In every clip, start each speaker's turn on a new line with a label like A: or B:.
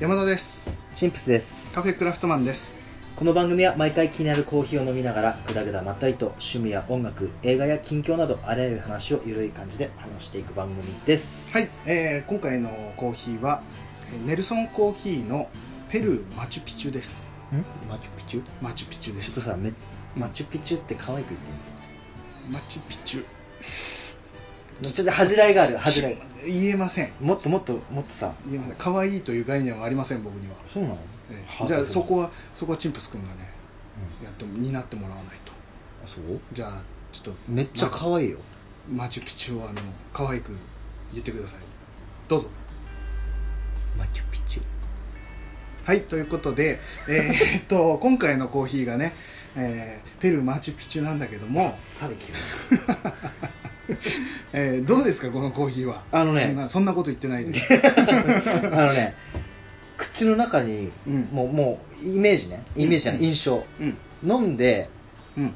A: 山田です
B: シンプスです
A: カフェクラフトマンです
B: この番組は毎回気になるコーヒーを飲みながらぐだぐだまったりと趣味や音楽映画や近況などあらゆる話をゆるい感じで話していく番組です
A: はい、えー、今回のコーヒーはえーネルソンコーヒーのペルーマチュピチュです
B: んマチュピチュちょ
A: マチュピチュで
B: っ
A: す
B: とさめマチュピチュって可愛く言って
A: マチュピチュ
B: みてちょっと恥じらいがある恥じらいが
A: 言えません
B: もっともっともっとさ
A: 言えません可愛いという概念はありません僕には、
B: そうなの
A: えー
B: はあ
A: じゃ
B: ど
A: あ
B: うぞ
A: そこはそこはチンプス君がね、やっても担ってもらわないと
B: そう
A: じゃあちょっと
B: めっちゃ可愛いよ
A: マチュピチュをあの可愛く言ってくださいどうぞ
B: マチュピチュ
A: はいということで、えーっと今回のコーヒーがね、えーペルーマチュピチュなんだけども、
B: さびきる
A: えーどうですかこのコーヒーは
B: あのね
A: まあそんなこと言ってないです、
B: あのね口の中に
A: うん
B: もうもうイメージねイメージじゃない
A: うん
B: 印象
A: うん
B: 飲んで
A: うん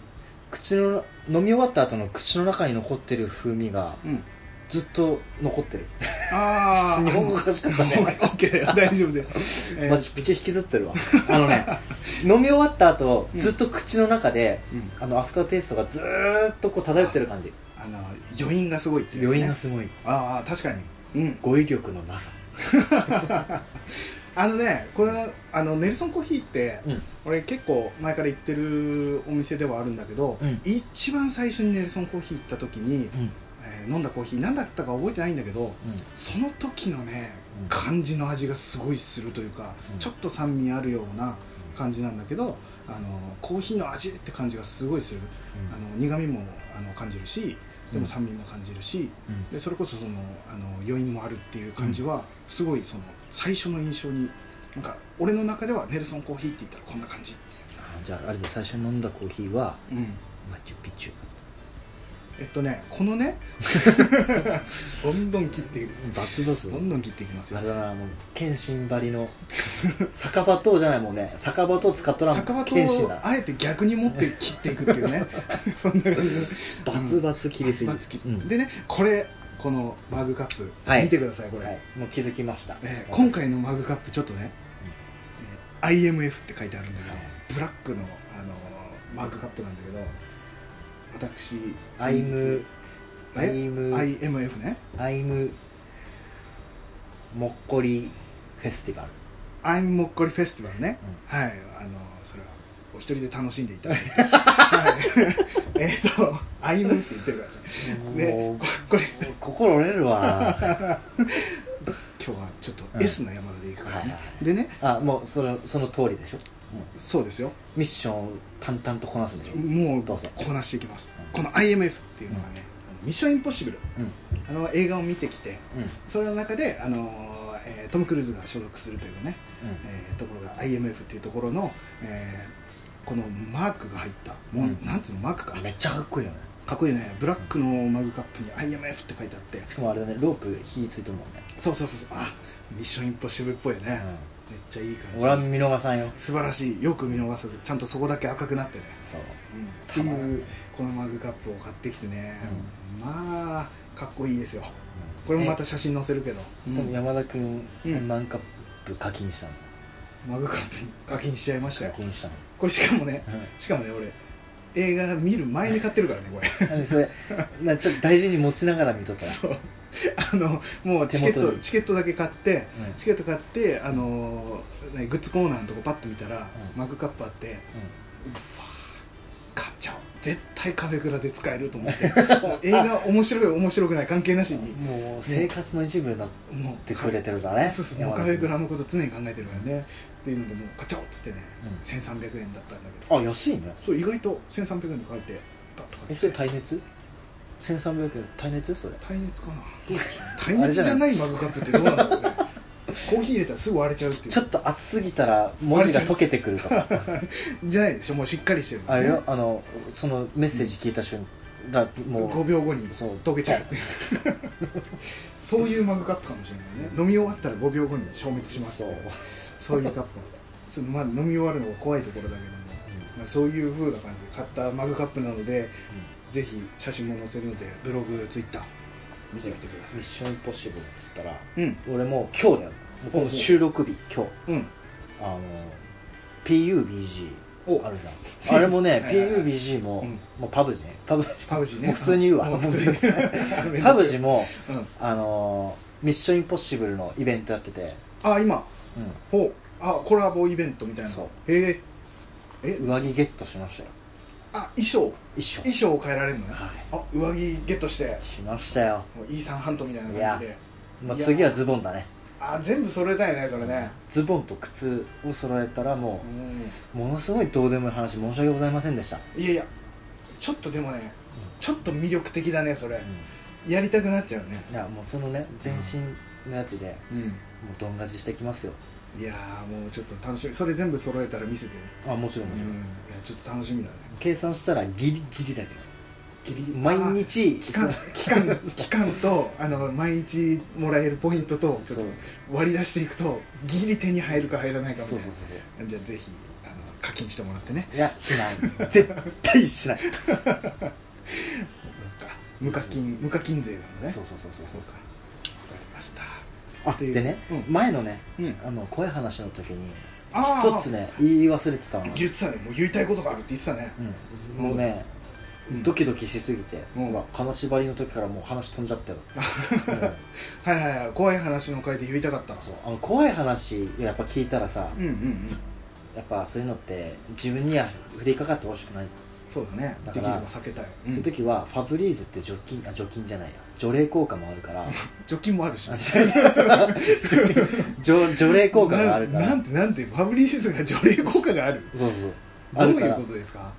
B: 口の飲み終わった後の口の中に残ってる風味が
A: うん、
B: ずっと残ってる
A: ああ
B: 日本語おかしかった
A: オ
B: ね
A: ッケーだよ大丈夫だよ、えー
B: マチュピチュ引きずってるわあのね飲み終わった後
A: うん
B: ずっと口の中で、
A: うん
B: あのアフターテイストがずーっとこう漂ってる感じ
A: あの余韻がすごいってやつね
B: 余韻がすごい
A: ああ確かにうん
B: 語彙力のなさ
A: あのねこのあのネルソンコーヒーって、
B: うん
A: 俺結構前から行ってるお店ではあるんだけど、
B: うん
A: 一番最初にネルソンコーヒー行った時に、
B: うん
A: えー飲んだコーヒー何だったか覚えてないんだけどその時のね
B: うん
A: 感じの味がすごいするというか、
B: うん
A: ちょっと酸味あるような感じなんだけどあのコーヒーの味って感じがすごいするあの苦味もあの感じるしでも酸味も感じるし、
B: うん
A: でそれこそそのあの余韻もあるっていう感じはすごいその最初の印象になんか俺の中ではネルソンコーヒーって言ったらこんな感じって
B: あじゃああれで最初に飲んだコーヒーは
A: いう、うん、
B: マチュピチュ
A: えっとねこのね どんどん切っていく
B: バツバツ
A: どんどん切っていきますよ
B: あれだなもう謙信ばりの酒場等じゃないもんね酒場等使っとらん
A: 酒場と
B: 謙信だ
A: あえて逆に持って切っていくっていう ねそんな感じの
B: バツバツ切りすぎ
A: バツバツ切り
B: うん
A: でねこれこのマグカップ、
B: はい
A: 見てくださいこれ、
B: はい、もう気づきました、
A: えー今回のマグカップちょっとね、えー IMF って書いてあるんだけど、
B: はい
A: ブラックの、あのーマグカップなんだけど私
B: アイムアイム
A: え IMF ね
B: アイムもっこりフェスティバル
A: I'm もっこりフェスティバルね、はいあのーそれはお一人で楽しんでいただい てはいえっと IMF って言ってるからねね
B: もう
A: これ
B: 心折れるわ
A: 今日はちょっと
B: うん
A: S な山田で行くからね、
B: はいは
A: でね
B: あもうそのその通りでしょ
A: そうですよ
B: ミッションを淡々とこなすんでしょ
A: もう
B: どうぞ
A: こなしていきます
B: う
A: こ
B: ん
A: の IMF っていうのがね、あのミッションインポッシブル
B: うん
A: あの映画を見てきて
B: うん
A: それの中で、あのーえートム・クルーズが所属するというね、
B: うん
A: えーところが IMF っていうところの、えーこのマークが入ったもう、
B: うん
A: なんていうのマークか
B: めっちゃかっこいいよね
A: かっこいいねブラックのマグカップに IMF って書いてあって
B: しかもあれだねロープ火ついてるもんね、
A: そうそうそうそうあミッションインポッシブルっぽいね、めっちゃいい感
B: うん、
A: じ
B: 俺は見逃さんよ
A: 素晴らしいよく見逃さずちゃんとそこだけ赤くなってね
B: そう
A: っていうこのマグカップを買ってきてね、まあかっこいいですよこれもまた写真載せるけど、
B: 多分山田君、
A: うん
B: マンカップ課金したの
A: マグカップに課金しちゃいましたよ
B: 課金したの、
A: これしかもねしかもね俺映画見る前に買ってるからねこれ
B: うん、それなちょっと大事に持ちながら見とった ら
A: そうあのもうチケッ
B: 手元
A: ト
B: に
A: チケットだけ買って
B: うん
A: チケット買ってあのーね、グッズコーナーのとこパッと見たら、
B: うん
A: マグカップあってうわ買っちゃおう絶対カフェクラで使えると思ってもう映画面白い面白くない関係なしに
B: うんもう生活の一部になっ
A: もう
B: てくれてるからね
A: そうそうもうカフェクラのこと常に考えてるからねっていうのでもう買っちゃおうっつってね、
B: うん
A: 1300円だったんだけど
B: あ安いね
A: そう意外と1300円で買ってパッと
B: え
A: 買
B: そ
A: っ
B: れ
A: て
B: 耐熱1300円耐熱それ
A: 耐熱 かなどうでしょう耐熱じゃないマグカップってどうなんだろうねコーヒー入れたらすぐ割れちゃうってい
B: ちょ
A: う
B: っと熱すぎたら文字が溶けてくるとか
A: じゃないでしょもうしっかりしてるか
B: あ
A: ら
B: れ
A: ね
B: よあのそのメッセージ聞いた瞬間だも
A: 5
B: う
A: 秒後に
B: そう
A: 溶けちゃう そういうマグカップかもしれないね飲み終わったら5秒後に消滅します
B: そう、うん
A: そういうカップかもちょっとまあ飲み終わるのが怖いところだけども、まあ、そういう風な感じで買ったマグカップなのでぜひ写真も載せるのでブログツイッター見てみてくださ
B: ミッションインポッシブルっつったら
A: いうん
B: 俺もう今日だようこの収録日今日
A: うん
B: あの PUBG
A: お
B: あるじゃんあれもね
A: はいはいはい
B: PUBG も、
A: うん
B: まあ、パブジねパブジ
A: パブジね
B: もう普通に言うわ
A: も普通に
B: パブジも
A: うん
B: あのミッションインポッシブルのイベントやってて、
A: あ今
B: う
A: ほうあコラボイベントみたいな
B: そう
A: へええ
B: ん、上着ゲットしましたよ
A: あ衣装
B: 一緒
A: 衣装を変えられるのね
B: はい
A: あ上着ゲットして
B: しましたよ、
A: もうイーサンハントみたいな感じ
B: い
A: で
B: まあ、
A: いや
B: 次はズボンだね
A: あ全部それだよねそれね
B: ズボンと靴を揃えたらも
A: うん
B: うものすごいどうでもいい話申し訳ございませんでした、
A: いやいやちょっとでもねちょっと魅力的だねそれやりたくなっちゃうね
B: いやもうそのね全身のやつでも
A: うん
B: うどん勝ちしてきますよ
A: いやーもうちょっと楽しみそれ全部揃えたら見せてね
B: あもちろん
A: う
B: もちろん、
A: いやちょっと楽しみだね
B: 計算したらギリギリだけど
A: ギリ
B: 毎日
A: 期間期間期間とあの毎日もらえるポイントとち
B: そ
A: ょ
B: う
A: っと割り出していくとギリ手に入るか入らないかも
B: そうそうそう
A: ね
B: そ
A: じゃあぜひあの課金してもらってね
B: ういやしない絶対しない
A: なんか無課金無課金税なんだね
B: そうそうそうそうそう
A: かわかりました
B: あ
A: っていう
B: でね、
A: うん
B: 前のね
A: うん
B: あの怖い話の時に
A: あー
B: 一つね言い忘れてたの
A: 言ってたねもう言いたいことがあるって言ってたね
B: うん、もうね、
A: うん
B: ドキドキしすぎて、
A: うん
B: まあ金縛りの時からもう話飛んじゃっ たよ、うん
A: はいはいはい怖い話の回で言いたかった
B: そうあの怖い話をやっぱ聞いたらさ、
A: うんうんうん
B: やっぱそういうのって自分には降りかかってほしくない、
A: そうだね
B: だか
A: で
B: ら
A: きれば避けたい、うん
B: そういう時はファブリーズって除菌あ除菌じゃないや除霊効果もあるから
A: 貯金もあるし
B: あ除除霊効果があるから
A: ななんてなんてファブリーズが除霊効果がある
B: そうそう
A: ど
B: あ
A: う
B: るか
A: い
B: ら
A: うことですか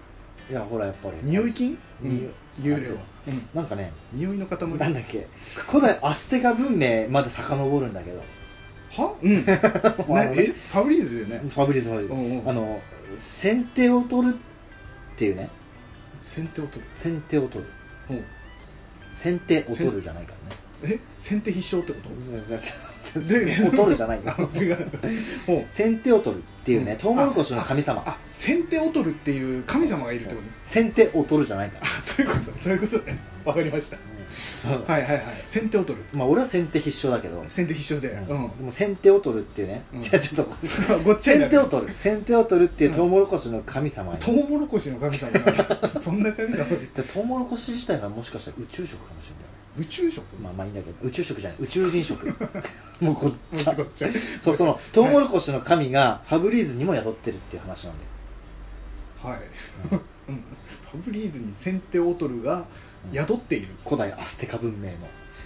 B: いやほらやっぱり
A: 匂い菌
B: 匂い
A: 幽霊は、うん
B: なんかね
A: 匂いの塊
B: なんだっけ古代アステカ文明まで遡るんだ けど
A: はうん なえファブリーズだよね
B: ファブリーズファブリーズ
A: うんうん
B: あの先手を取るっていうね
A: 先手を取る
B: 先手を取る
A: ほう
B: 先手を取るじゃないからね
A: え先手必勝ってこと
B: を取るじゃないか
A: あ違うほう
B: 先手を取るっていうねトウモロコシの神
A: あ
B: 様
A: 先手を取るっていう神様がいるってこと
B: 先手を取るじゃないか
A: あそういうことそういうことねわかりました
B: そう
A: はいはいはい先手を取る
B: まあ俺は先手必勝だけど
A: 先手必勝でうん
B: でも先手を取るって いうね
A: うん
B: じゃあちょっと
A: ごっちゃにな
B: 先
A: る
B: 手を取る先手を取るっていうトウモロコシの神様に
A: トウモロコシの神様 がそんな神様で
B: でトウモロコシ自体がもしかしたら宇宙食かもしれない
A: 宇宙食
B: まあまあいいんだけど宇宙食じゃない宇宙 人食もうごっ
A: もう
B: ちゃ
A: ごっ ちゃ
B: そうそのトウモロコシの神がファブリーズにも宿ってるっていう話なんだよ
A: はい、うん、ファブリーズに先手を取るが宿っている、
B: 古代アステカ文明の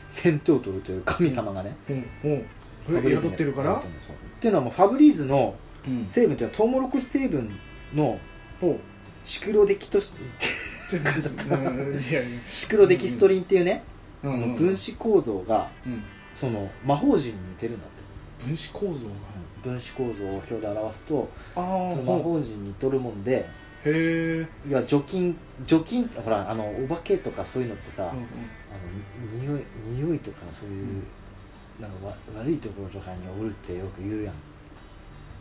B: セントートルという神様がね、
A: うんうん
B: ファブリーズ
A: 宿
B: に
A: ってるから
B: 宿んですよっていうのはもうファブリーズの
A: うん
B: 成分というのはトウモロコシ成分の
A: ほう
B: シクロデキトシ
A: ちょっとうんいやいや
B: シクロデキストリンっていうね、
A: う
B: あ
A: ん
B: の分子構造が
A: うん
B: その魔法陣に似てるんだって、
A: 分子構造が
B: 分子構造を表で表すと
A: ああ
B: その魔
A: ほ
B: 法陣に似とるもんで
A: うへえ
B: いや除菌除菌ってほらあのお化けとかそういうのってさ、
A: うんうん
B: あのに匂い匂いとかそういう、なんかわ悪いところとかにおるってよく言うやん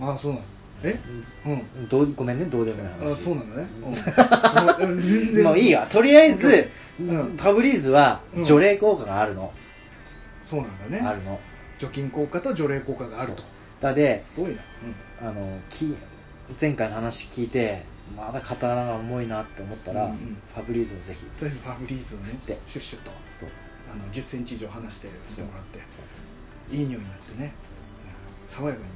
A: ああそうなのえうん
B: どうごめんねどうでもいい話
A: あそうなんだねうんう ん全然
B: まあいいわとりあえず、
A: うん
B: ファブリーズは
A: うん
B: 除霊効果があるの、
A: そうなんだ
B: あ
A: ね
B: るの
A: 除菌効果と除霊効果があると
B: だです
A: ごいなうん
B: あのき前回の話聞いてまだ刀が重いなって思ったら、
A: うんうん
B: ファブリーズをぜひ
A: とりあえずファブリーズをね
B: で
A: シュッシュッと
B: そう
A: あの10センチ以上離して振ってもらっていい匂いになってねうん爽やかに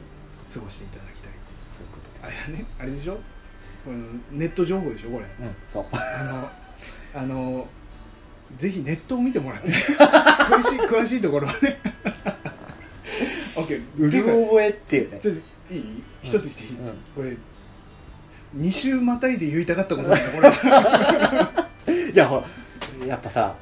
A: 過ごしていただきたい
B: そういうことで
A: あれだねあれでしょこれネット情報でしょこれ
B: うんそう
A: あの あのぜひネットを見ても らって詳しい詳しいところはね OK
B: う
A: ってい
B: る
A: うか
B: 覚えっていうね
A: ちょっといい一つ言っていい、
B: うん
A: これ2週またいで言いたかったことなんだこれ
B: いやほらやっぱさ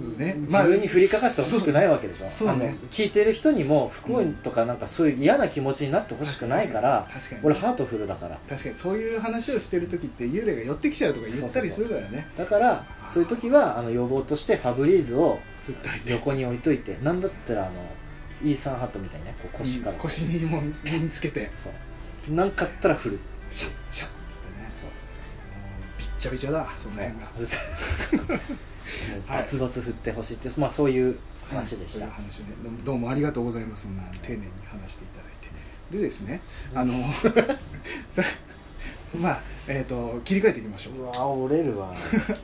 A: そう ね
B: 自分に降りかかってほしく
A: い
B: ないわけでしょ、
A: そうそうね
B: あの聞いてる人にも不幸とかなんかそういう嫌な気持ちになってほしくないから
A: 確かに
B: 俺ハートフルだから
A: 確かにそういう話をしてる時って幽霊が寄ってきちゃうとか言ったりするからね
B: だからそういう時はあの予防としてファブリーズを
A: 振っといて
B: 横に置いといてなんだったらあのイーサンハットみたいにねこう腰から、
A: うん腰にも身つけて
B: そうなんかあったら振る
A: シャッシャッつってね
B: そう
A: もうびっちゃびちゃだその辺が
B: バツバツ振ってほしいって、まあ、そういう話でした、
A: という話をねどうもどうもありがとうございますそんな丁寧に話していただいてでですねあの さまあえっ、と切り替えていきましょう
B: うわ折れるわ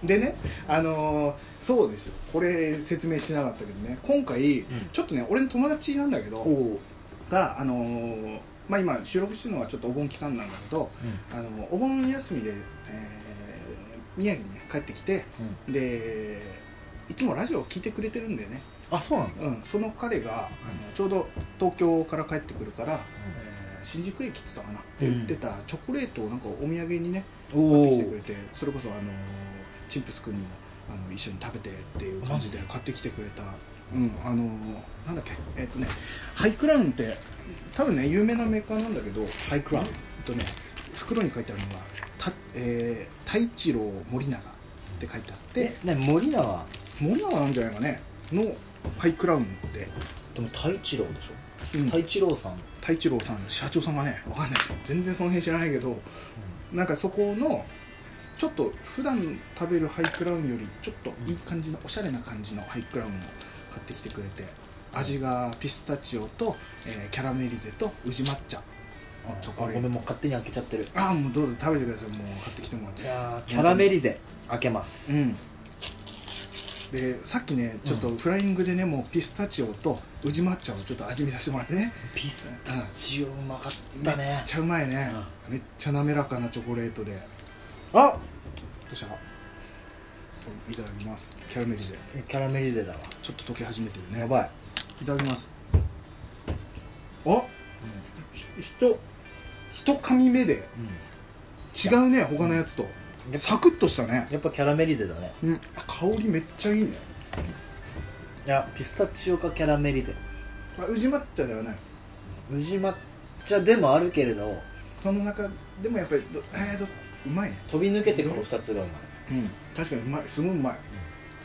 A: でねあのーそうですよこれ説明してなかったけどね今回、ちょっとね俺の友達なんだけ
B: お
A: ど
B: お
A: があのーまあ今収録してるのはちょっとお盆期間なんだけどあのお盆休みで、えー宮城に、ね、帰ってきて
B: うん、
A: でいつもラジオを聞いてくれてるんでね、
B: あそうなんだ
A: うん、その彼が、あ
B: う
A: のちょうど東京から帰ってくるから、えー新宿駅っつったかなって言ってたチョコレートをなんかお土産にね
B: お
A: 買って
B: お
A: きてくれてそれこそあのチンプス君にもあの一緒に食べてっていう感じで買ってきてくれた、うん、あのなんだっけえっ、とねハイクラウンって多分ね有名なメーカーなんだけど
B: ハイクラウン
A: えっとね袋に書いてあるのが「たえー、太一郎森永」って書いてあって
B: でね森永は
A: 森永なんじゃないかねのハイクラウンって、
B: でも太一郎でしょ、
A: うん、
B: 太一郎さん、
A: 太一郎さん社長さんがねわかんない全然その辺知らないけどなんかそこのちょっと普段食べるハイクラウンよりちょっといい感じのおしゃれな感じのハイクラウンを買ってきてくれて味がピスタチオと、えーキャラメリゼと宇治抹茶
B: あ
A: チョコレート
B: ごめんもう勝手に開けちゃってる
A: ああもうどうぞ食べてくださいもう買ってきてもらっ
B: い
A: て
B: やーキャラメリゼ開けます、
A: うんでさっきねちょっとフライングでねもうピスタチオと宇治抹茶をちょっと味見させてもらってね
B: ピスタチオうまかった
A: めっ
B: ね
A: ちゃうまいね、めっちゃ滑らかなチョコレートで
B: あ
A: どうしたいただきますキャラメリゼ
B: キャラメリゼだわ
A: ちょっと溶け始めてるね
B: やばい、
A: いただきますあひひとひと噛み目で違うね他のやつと
B: うん
A: サクッとしたね
B: やっぱキャラメリゼだね
A: うんあ香りめっちゃいいね
B: いやピスタチオかキャラメリゼ
A: あ宇治抹茶ではない
B: 宇治抹茶でもあるけれど
A: その中でもやっぱりどえー、どうまいね
B: 飛び抜けてこの2つがうまい
A: うん確かにうまいすごいうまい、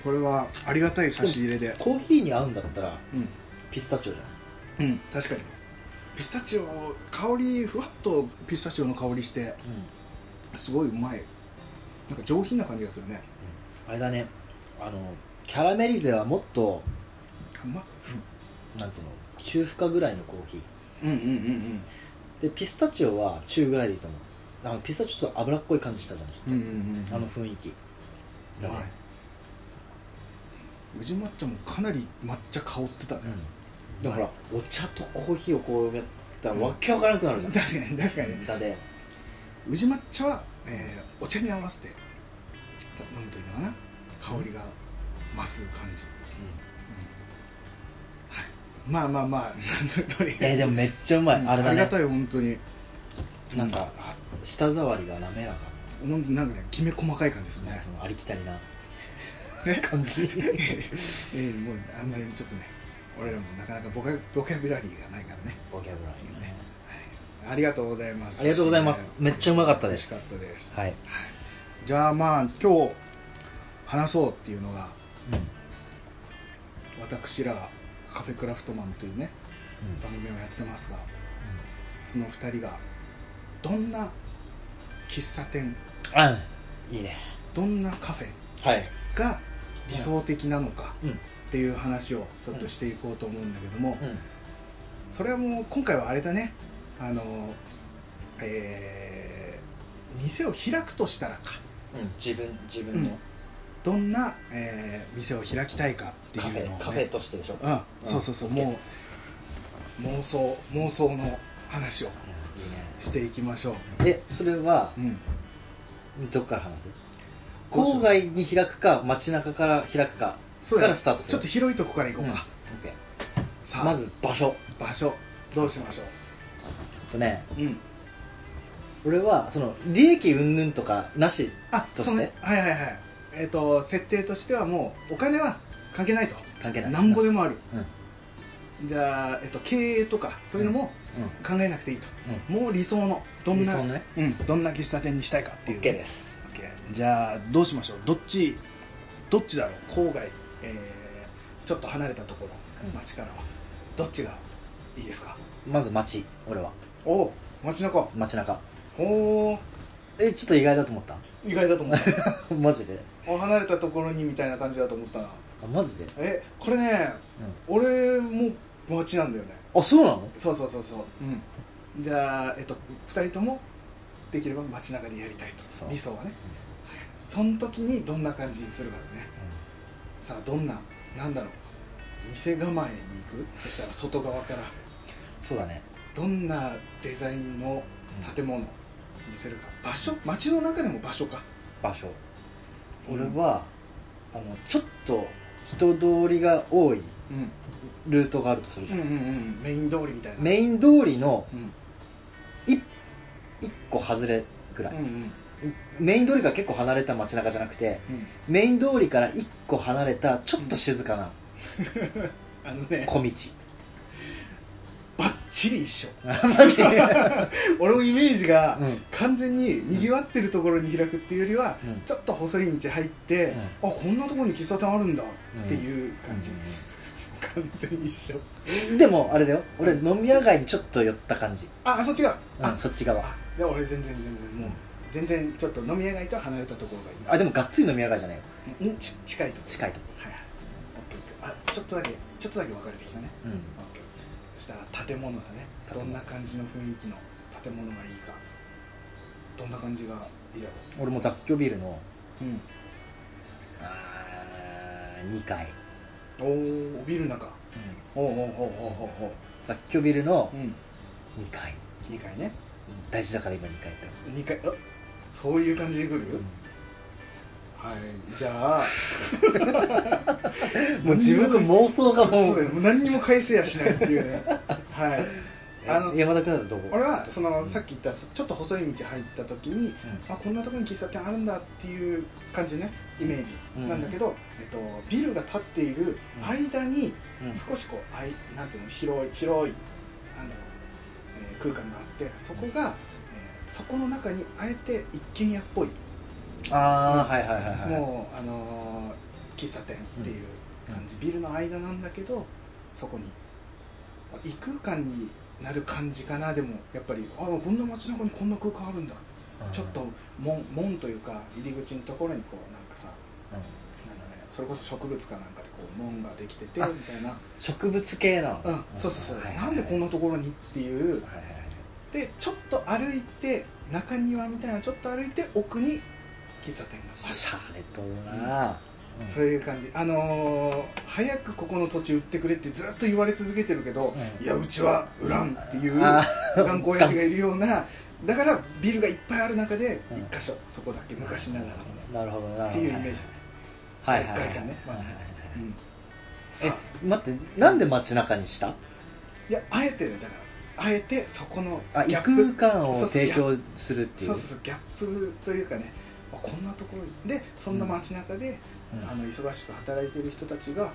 A: これはありがたい差し入れで
B: コーヒーに合うんだったら
A: うん
B: ピスタチオじゃない
A: うん確かにピスタチオ香りふわっとピスタチオの香りしてすごいうまいなんか上品な感じがするね
B: あれだねあのキャラメリゼはもっと
A: うまっ
B: なんつうの中深ぐらいのコーヒ
A: うんうんうんうん
B: ーでピスタチオは中ぐらいでいいと思うあのピスタチオちょっと脂っこい感じしたじゃん、
A: うんうんうん
B: あの雰囲気だね
A: はい宇治抹茶もかなり抹茶香ってたね、
B: うんだからお茶とコーヒーをこうやったらわけわからなくなるじゃん、
A: 確かに確かに、
B: だで
A: 宇治抹茶は、えーお茶に合わせてた飲むというのかな香りが増す感じ、はいまあまあまあとりあえず
B: えーでもめっちゃうまい、
A: うん
B: あれだ
A: りが
B: ね
A: たいよ本当に
B: なんか舌触りが滑らか
A: ほんとなんかねきめ細かい感じですね
B: な、そのありきたりな
A: ね
B: 感じ
A: えーもうあんまりちょっとね俺らもなかなかボキャボキャブラリーがないからね、
B: ボキャブラリーね
A: はい、ありがとうございます
B: ありがとうございますめっちゃうまかったで
A: 嬉し
B: す
A: かったです、
B: はい、
A: じゃあまあ今日話そうっていうのが
B: うんうん
A: 私らカフェクラフトマンというね番組をやってますがその2人がどんな喫茶店
B: あいいね
A: どんなカフェ
B: はい
A: が理想的なのか
B: うん
A: っていう話をちょっとしていこうと思うんだけども、
B: うん
A: それはもう今回はあれだねあのえー店を開くとしたらか
B: 自分自
A: 分のどんな、えー店を開きたいかっていうのを、ね、
B: としてでしょ
A: うん、そうそうそう、
B: うん
A: もう妄想妄想の話を
B: い
A: していきましょ
B: いねでそれは
A: う、うん、
B: どっから話す
A: どうしよう
B: 郊外に開くか街中から開くか
A: そうだ
B: か
A: ね
B: らスタートする
A: ちょっと広いとこから行こうか、
B: オッケー
A: さあ
B: まず場所
A: 場所どうしましょ
B: とね
A: う、うん、
B: 俺はその利益云々とかなし
A: あ
B: どうして
A: そのねはいはいはいえっ、と設定としてはもうお金は関係ないと
B: 関係ない
A: なんぼでもある、じゃあ、えっと、経営とかそういうのも
B: うん
A: 考えなくていいと、もう理想のどんな
B: 理想のね
A: うん、どんな喫茶店にしたいかっていう
B: OK です
A: オッケーじゃあどうしましょうどっちどっちだろう郊外、えーちょっと離れたところ
B: うん
A: 町からはどっちがいいですか
B: まず街俺は
A: おお街中
B: 街中
A: おお
B: えちょっと意外だと思った
A: 意外だと思っ
B: マジで
A: たお離れたところにみたいな感じだと思ったな
B: あマジで、
A: えこれね
B: う
A: 俺も友達なんだよね
B: ん、あそうなの
A: そうそうそうそう、うん、じゃあ、えっと、2人ともできれば街中でやりたい
B: そ
A: と
B: う
A: 理想はね、その時にどんな感じにするかだねさあどんななんだろう店構えに行くそしたら外側から
B: そうだね
A: どんなデザインの建物にするか場所街の中でも場所か
B: 場所
A: うん
B: 俺は、あのちょっと人通りが多い
A: うん
B: ルートがあるとするじ
A: う
B: ゃ
A: ん
B: ん、
A: うんうんメイン通りみたいな
B: メイン通りの
A: うん
B: 1個外れぐらい、
A: うんうん
B: メイン通りから結構離れた街中じゃなくて
A: うん
B: メイン通りから1個離れたちょっと静かな
A: あのね
B: 小道、
A: バッチリ一緒
B: マジで、
A: 俺のイメージが
B: うん
A: 完全に賑わってるところに開くっていうよりは、
B: うん
A: ちょっと細い道入って、あこんなところに喫茶店あるんだっていう感じ、完全に一緒
B: うんでもあれだよ俺飲み屋街にちょっと寄った感じ、
A: あそっちが、
B: う
A: あ
B: ん、そっち側
A: あで俺全然全然もう全然ちょっと飲み屋街とは離れたところが
B: あでもがっつり飲み屋街じゃないよ
A: いいんち近いとこ
B: 近いとこ、
A: はいはいオッケーオッケーあちょっとだけちょっとだけ分かれてきたね
B: うん、
A: オッケーそしたら建物だね
B: 建
A: ど
B: 物
A: んな感じの雰囲気の建物がいいかどんな感じがいいだろ
B: 俺も雑居ビルの
A: ううん
B: あ2階、
A: おおビルの中おうおうおうおうおう
B: 雑居ビルの
A: おううん
B: 2階
A: 2階ね
B: 大事だから今2階って、
A: 2階あそういう感じで来る、はいじゃあ
B: もう自分の妄想がも
A: そう
B: う
A: だよ もう何にも改正やしないっていうねはい
B: え
A: あの
B: 山田君だとどこ
A: 俺はそのさっき言ったちょっと細い道入った時に
B: う
A: あこんなとこに喫茶店あるんだっていう感じねイメージなんだけど、えっと、ビルが建っている間に
B: んうん
A: 少しこうあいなんていうの広い広いなんだろう、えー空間があってそこが、えーそこの中にあえて一軒家っぽい、
B: ああはいはいはいはい
A: もう、あのー喫茶店っていう感じ、ビルの間なんだけどそこにまあ異空間になる感じかなでもやっぱりあこんな街中にこんな空間あるんだ
B: うん
A: ちょっと門門というか入り口のところにこうなんかさなんだろうねそれこそ植物かなんかでこう門ができてて
B: あ
A: みたいな、
B: 植物系なの
A: うん、そうそうそう、
B: はいはい
A: なんでこんなところにっていう
B: はいはいはい
A: でちょっと歩いて中庭みたいなちょっと歩いて奥に喫茶店がある
B: しゃれとるなあうん
A: そういう感じあのー早くここの土地売ってくれってずっと言われ続けてるけど、
B: うん
A: いやうちは売らんっていう
B: あ
A: 頑固親父がいるようなだからビルがいっぱいある中で
B: うん
A: 一箇所そこだけ昔ながらのね
B: ーなるほどなるほど
A: っていうイメージ
B: はいはいはい
A: 外観ねまずね
B: はいはいはい
A: うんさ
B: え
A: あ
B: 待ってなんで街中にした
A: いやあえてだからあえてそこの
B: あ
A: ギ
B: 異
A: ャッ
B: 空
A: プ
B: 間を提供するってい
A: そううそうそうギャップというかねあこんなところにでそんな街中で、
B: うん
A: あの忙しく働いてる人たちが
B: うん
A: あ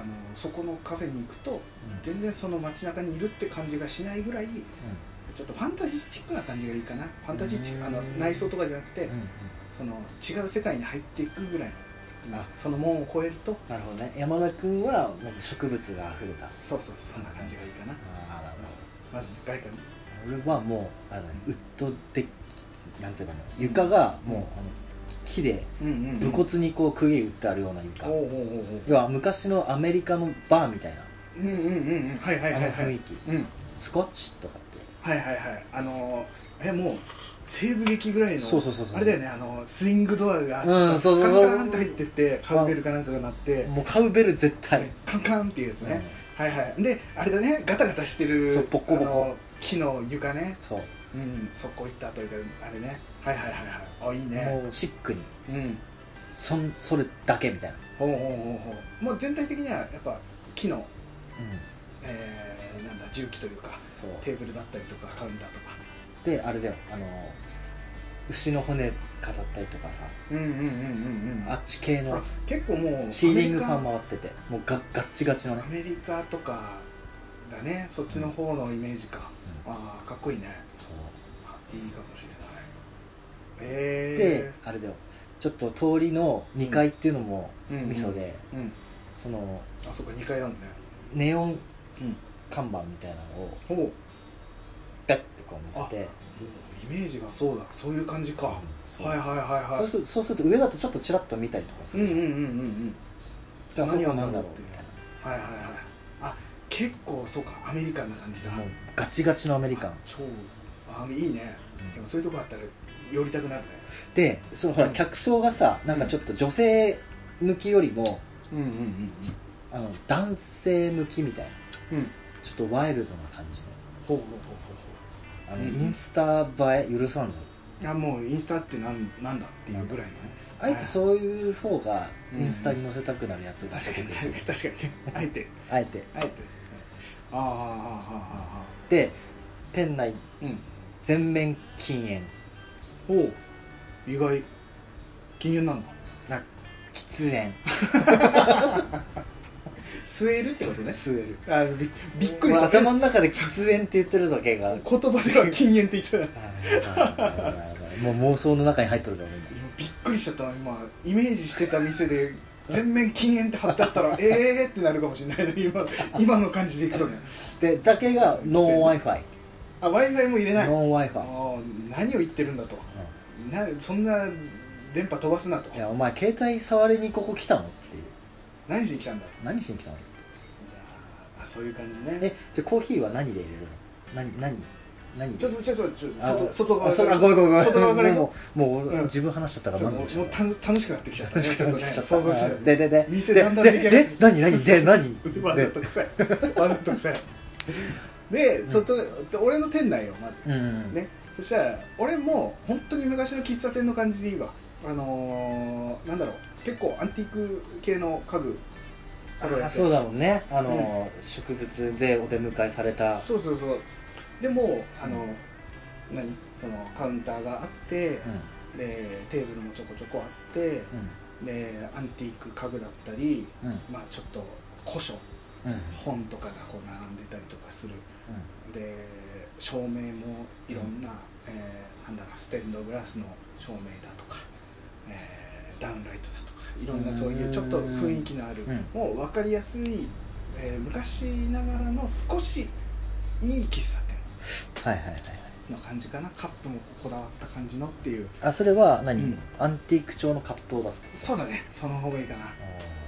A: のそこのカフェに行くと
B: うん
A: 全然その街中にいるって感じがしないぐらいちょっとファンタジーチックな感じがいいかなファンタジーチッ
B: う
A: ク
B: ん
A: あの内装とかじゃなくて、
B: うんうん
A: その違う世界に入っていくぐらいの
B: あ
A: その門を越えると
B: なるほどね山田君はもう植物が溢れた
A: そうそうそうそんな感じがいいかな
B: ああなる
A: まずね外観ね
B: ほど俺はもうあのウッドデッキなんて言えばいいの床がもう、あの木で
A: うんうんうん
B: 武骨にこう釘打ってあるような床、
A: おうおうおうおう
B: 要は昔のアメリカのバーみたいな
A: うんうんうんうんはいはい
B: あ
A: はい
B: の
A: は
B: 雰
A: い
B: 囲気、
A: うん
B: スコッチとかって
A: はいはいはいあのーえもう西部劇ぐらいの
B: そうそうそうそう
A: あれだよねあのスイングドアがあって
B: うんそうそうそう
A: カンカンって入ってってカウベルかなんかが鳴って、
B: もうカウベル絶対、
A: でカンカンっていうやつね、はいはいであれだねガタガタしてる
B: そうポコポコ
A: あの木の床ね
B: そう、
A: うんそこ行ったというかあれねはいはいはいはいあいいね
B: もうシックに
A: うん
B: そんそれだけみたいな、
A: ほうほうほうほうもう全体的にはやっぱ木の、
B: うん、
A: えー、なんだ重機というか
B: そう
A: テーブルだったりとかカウンターとか
B: であれだよあの牛の骨飾ったりとかさ
A: うんうんうんうんうん
B: あっち系の
A: あ結構もう
B: シーリングファン
A: アメ
B: 回っててもうガッガッチガチの
A: リ
B: ね
A: カアメリカとかだねそっちの方のイメージか、
B: う
A: ああかっこいいね
B: そう
A: あいいかもしれないえ
B: であれだよちょっと通りの2階っていうのも
A: うん
B: 味噌で、
A: えうん
B: その
A: あそっか2階だもんね
B: ネオン
A: うん
B: 看板みたいなのを
A: ほう
B: ペッてこう見せて
A: イメージがそうだそういう感じか、
B: うん
A: はいはいはい
B: そう
A: はい
B: するそうすると上だとちょっとチラッと見たりとかす
A: うん
B: る
A: うん
B: じ
A: う
B: ゃ
A: ん
B: ん、
A: うんうん
B: だか
A: 何を
B: ら
A: 飲
B: そこなん
A: んだ
B: だ
A: ろ
B: ろう
A: うっていうねはいはいはいあ結構そうかアメリカンな感じだ
B: もうガチガチのアメ
A: ア
B: リカン、
A: 超あいいねでもそういうとこあったら寄りたくなるね
B: でそのほら
A: うん
B: 客層がさなんかちょっと女性向きよりも
A: うんうん
B: あの男性向きみたいな
A: うんうん
B: ちょっとワイルドな感じ
A: ほうほうほうほうほ
B: のあの、
A: うん
B: インスタ映え許さんぞ
A: ういやもうインスタってなんなんだっていうぐらいのね
B: あえてそういう方が
A: うん
B: インスタに載せたくなるやつが
A: 確
B: 出
A: か
B: て
A: に
B: く
A: 確
B: る
A: かにねあえて
B: あえて
A: あえてああああああああ
B: で店内
A: うん
B: 全面禁煙
A: おう意外禁煙なんだ
B: な喫煙
A: 吸えるってことね
B: 吸える
A: あびびっくりした
B: 頭の中で喫煙って言ってるだけが
A: 言葉では禁煙って言ってた今
B: もう妄想の中に入っとるから俺
A: びっくりしちゃったな今イメージしてた店で全面禁煙って貼ってあったらええーってなるかもしれないね今今の感じでいくとね
B: でだけがノン w i f i
A: あ w i f i も入れない
B: ノン w i f
A: あ
B: i
A: ー何を言ってるんだとなそんな電波飛ばすなと
B: いやお前携帯触りにここ来たのっていう
A: 何しに来たんだとい
B: 何しに来たの
A: やーあそういう感じね
B: えじゃあコーヒーは何で入れるの何何何
A: ちょっとちょっとちょっと
B: あ
A: 外外
B: あ
A: 側か
B: そう
A: ら
B: あごめんごめんごめん
A: 外側から行こ
B: もうもう、
A: うん
B: 自分話しちゃった
A: う
B: か
A: そ
B: ら
A: うも
B: 満
A: う
B: 足
A: もう
B: しちゃ
A: た
B: っ
A: の楽しくなってきちゃった
B: た
A: ねちょっとね想像したら
B: ででで
A: 店
B: で
A: だんだん
B: で
A: 出来上が
B: で何何で 何
A: わざと臭い わざと臭いで外、で俺の店内をまず、
B: うんうん
A: ねそしたら俺も本当に昔の喫茶店の感じでいいわあのー、なんだろう結構アンティーク系の家具揃えて
B: あそうだもんねあの、植物でお出迎えされた
A: そうそうそうでもあの、何そのカウンターがあって、
B: うん
A: でテーブルもちょこちょこあってでアンティーク家具だったり
B: うんうん
A: まあちょっと古書
B: うんうん
A: 本とかがこう並んでたりとかするで照明もいろんな、えーなんだろうステンドグラスの照明だとか、えーダウンライトだとかいろんなそういうちょっと雰囲気のある、
B: う
A: もう分かりやすい、えー昔ながらの少しいい喫茶店
B: はいはいはいはい
A: の感じかなカップもこだわった感じのっていう
B: あそれは何、
A: うん
B: アンティーク調のカップを出す
A: そうだねその方がいいかな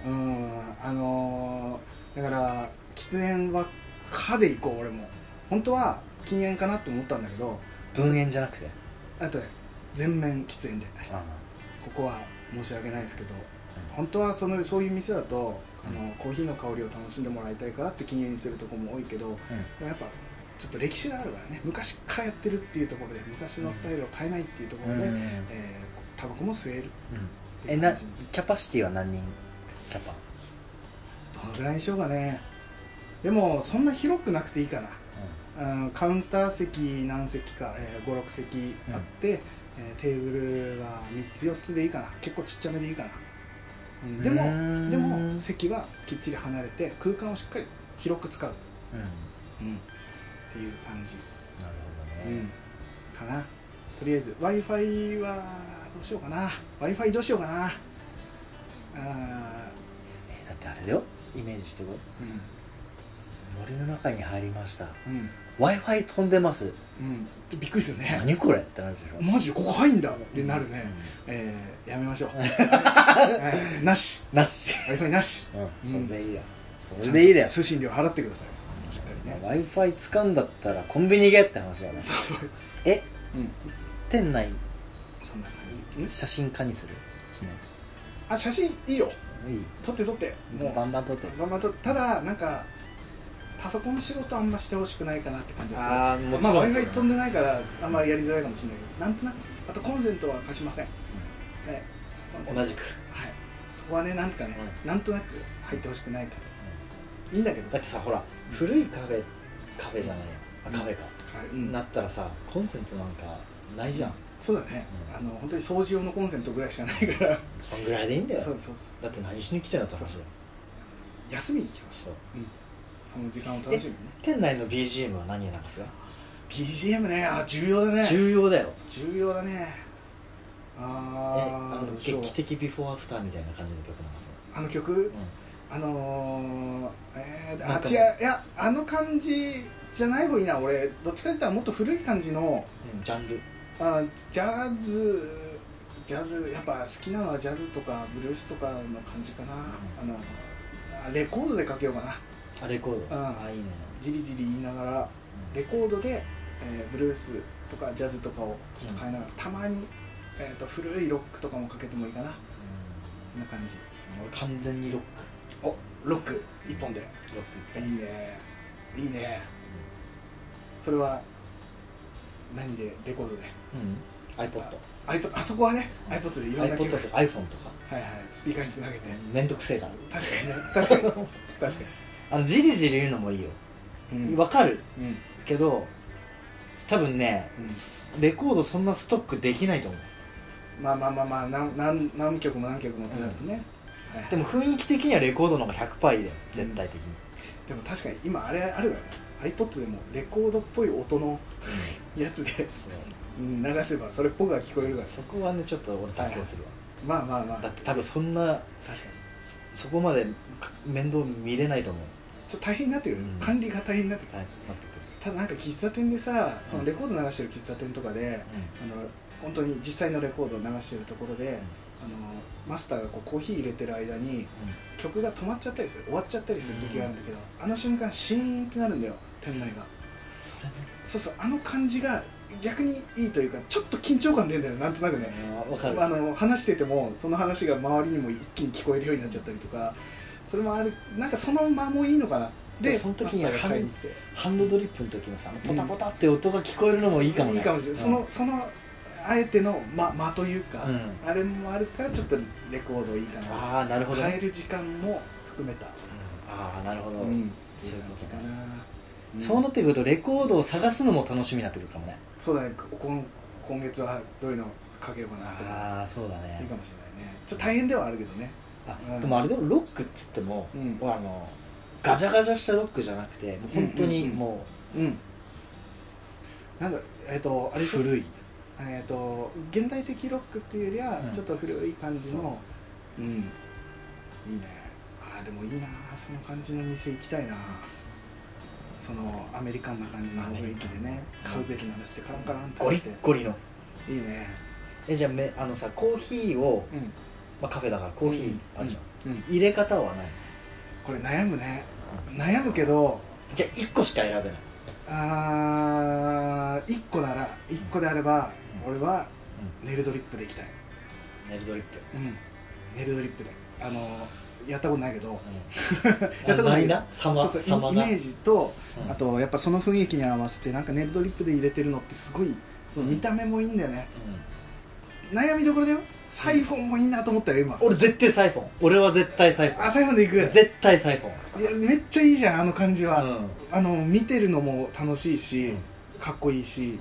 A: うんあのーだから喫煙は「か」でいこう俺も本当は禁煙かなと思ったんだけど
B: 分煙じゃなくて
A: あとね全面喫煙で
B: あ
A: ここは申し訳ないですけど本当はそのそういう店だとあのコーヒーの香りを楽しんでもらいたいからって禁煙にするとこも多いけどでもやっぱちょっと歴史があるからね昔からやってるっていうところで昔のスタイルを変えないっていうとこ
B: う
A: ろ
B: ん、
A: で、
B: うん
A: えータバコも吸えるって
B: え
A: いう
B: な
A: 感じに
B: キャパシティは何人キャパ
A: どのぐらいにしようかねでもそんな広くなくていいかなうんカウンター席何席か、えー、56席あって、えーテーブルは3つ4つでいいかな結構ちっちゃめでいいかな、うんで
B: う
A: も
B: ーん
A: でも席はきっちり離れて空間をしっかり広く使う、
B: うん
A: うんっていう感じ、
B: なるほ
A: う
B: どね
A: ん、かなとりあえず w i f i はどうしようかな w i f i どうしようかなあ
B: えだってあれだよイメージしてこい
A: ーうん
B: 森の中に入りました
A: うん、
B: w i f i 飛んでます
A: うん、びっくりするね
B: 何これってなるでしょ
A: マジここ入んだってなるね、えー、やめま しょう、えーなし
B: なし
A: w i f i なし
B: うんそれでいいやそれでいいだよ
A: 通信料払ってくださいしっかりね
B: w i f i 使うんだったらコンビニゲーって話だよね
A: そうそう
B: え
A: うん
B: 店内
A: そんな感じん
B: 写真家にするしね
A: あ写真いいよ
B: いい
A: 撮って撮ってもう
B: バンバン撮って
A: まあまあとただなんかパソコン仕事あんましてほしくないかなって感じがする
B: あも
A: まあ w i f i 飛んでないからあんまりやりづらいかもしれないけどなんとなくあとコンセントは貸しません、ねコンセント
B: 同じく
A: はいそこはねなんかね、なんとなく入ってほしくないかといいんだけど
B: だ
A: さ
B: ってさほら古いカフェカフェじゃないやあカフェか
A: はいうん
B: なったらさコンセントなんかないじゃん
A: そうだね、
B: うん
A: あの本当に掃除用のコンセントぐらいしかないから
B: そんぐらいでいいんだよ
A: そうそうそう
B: だって何しに来てんだって
A: そ
B: 話だ
A: う
B: よ
A: 休みに来ました
B: そう
A: その時間を楽しみにね
B: 店内の BGM は何流すか
A: BGM ねあ重要だね
B: 重要だよ
A: 重要だね
B: え
A: あ
B: あ
A: ー
B: の
A: どうしよう
B: 劇的ビフォーアフターみたいな感じの曲流す
A: あの曲
B: の
A: あのー、えー、
B: なん
A: あ
B: か
A: 違ういやあの感じじゃない方がいいな俺どっちかって言ったらもっと古い感じの
B: うんジャンル
A: あジャズジャズやっぱ好きなのはジャズとかブルースとかの感じかな、あのあレコードでかけようかな
B: あレコード
A: あ
B: あいいね
A: じりじり言いながらレコードで、えーブルースとかジャズとかをちょっと変えながら、たまに、えー、と古いロックとかもかけてもいいかなこんな感じ
B: うん俺完全にロック
A: おロック一本で
B: ロック
A: い
B: い
A: い
B: っ
A: ねいいねそれは何でレコードで
B: ぱいうん iPod
A: iPod あそこはね iPod でいろんな
B: iPod
A: 曲
B: とか iPhone とか
A: はいはいスピーカーにつなげて
B: めんどくせえから
A: 確かにね確かに確か
B: あのじりじり言うのもいいよ
A: に うん
B: わかる
A: うん
B: けど多分ね、レコードそんなストックできないと思う
A: まあまあまあまあ何何何曲も何曲もってなるとね、はいはい
B: でも雰囲気的にはレコードの方が100いいだよ絶対的に、
A: でも確かに今あれあるよね iPod でもレコードっぽい音のやつでうん流せばそれっぽくは聞こえるから
B: そこはねちょっと俺妥協するわ、
A: まあまあまあ
B: だって多分そんな
A: 確かに
B: そそこまでか面倒見れないと思う
A: ちょっと大変になってるよね、
B: うん
A: 管理が大変になってきた
B: はいなってくる
A: ただなんか喫茶店でさそのレコード流してる喫茶店とかで、あの本当に実際のレコードを流してるところで、あのマスターがこうコーヒー入れてる間に曲が止まっちゃったりする終わっちゃったりする時があるんだけど、あの瞬間シーンってなるんだよ店内が
B: それね
A: そうそうあの感じが逆にいいというかちょっと緊張感出るんだよなんとなくね
B: 分かる
A: あの話しててもその話が周りにも一気に聞こえるようになっちゃったりとかそれもあるなんかその間もいいのかな
B: で
A: で
B: その時には
A: マスターが買いに来て
B: ハンドドリップの時のさポタポタって音が聞こえるのもいいかもね
A: いいかもしれない、そのそのあえての間間というか、
B: うん
A: あれもあるからちょっとレコードいいかな
B: ああなるほど、
A: 変える時間も含めた、
B: ああなるほど、
A: うん
B: そういうこと
A: い感じかな、うん
B: そうなってくるとレコードを探すのも楽しみになってくるかもね
A: そうだね今今月はどういうのかけようかなとか
B: ああそうだ
A: いい
B: ね
A: かもしれないねちょっと大変ではあるけどね
B: あ
A: うん
B: でもあれでもロックっつっても、
A: うん
B: あのガジャガジャしたロックじゃなくてもう本当
A: うん
B: に
A: うんうん
B: も
A: うんなんだえっ、とあ
B: う
A: れでしょ
B: 古い
A: えっ、と現代的ロックっていうよりは、
B: うん
A: ちょっと古い感じのうんいいねああでもいいなその感じの店行きたいなそのアメリカンな感じの雰囲気でね
B: アメリカン
A: 買うべきならしてカランカランって
B: ゴリッゴリの
A: いいね
B: えじゃあめあのさコーヒーを、
A: うん
B: まあ、カフェだからコーヒーあるじゃん、
A: うん、うん
B: 入れ方はない
A: これ悩むね悩むけど
B: じゃあ1個しか選べない、
A: あー1個なら1個であれば、
B: うん
A: 俺はネルドリップで行きたい
B: ネルドリップ、
A: うんネルドリップであのやったことないけど
B: う
A: やったこと
B: ん、
A: ない
B: ないな様
A: そうそう
B: 様
A: イイ
B: が
A: メージと、
B: うん
A: あとやっぱその雰囲気に合わせてなんかネルドリップで入れてるのってすごいその見た目もいいんだよね、悩みどころだよサイフォンもいいなと思ったよ今、
B: うん俺絶対サイフォン俺は絶対サイフ
A: あ
B: ォ
A: サイフォンで行く
B: ン絶対サイフォン
A: いやめっちゃいいじゃんあの感じは、
B: うん
A: あの見てるのも楽しいし、
B: うん
A: かっこいいし、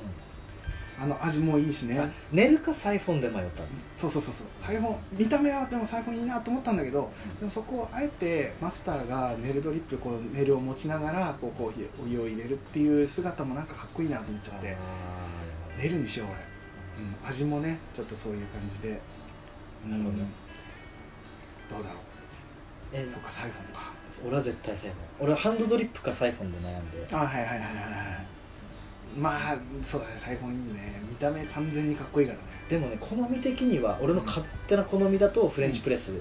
A: あの味もいいしね、
B: あ寝るかサイフォンで迷ったの
A: そうそうそうそうサイフォン見た目はでもサイフォンいいなと思ったんだけど、
B: うん
A: でもそこをあえてマスターがネルドリップこうネルを持ちながらこうコーヒーお湯を入れるっていう姿もなんかかっこいいなと思っちゃってネルにしよう俺、うん、味もねちょっとそういう感じで
B: なるほど
A: うんどうだろ
B: え
A: うそっかサイフォンか
B: 俺は絶対サイフォン俺はハンドドリップかサイフォンで悩んで
A: あはいはいはいはいはいまあそうだねサイフォンいいね見た目完全にかっこいいからね
B: でもね好み的には俺の勝手な好みだとフレンチプレス、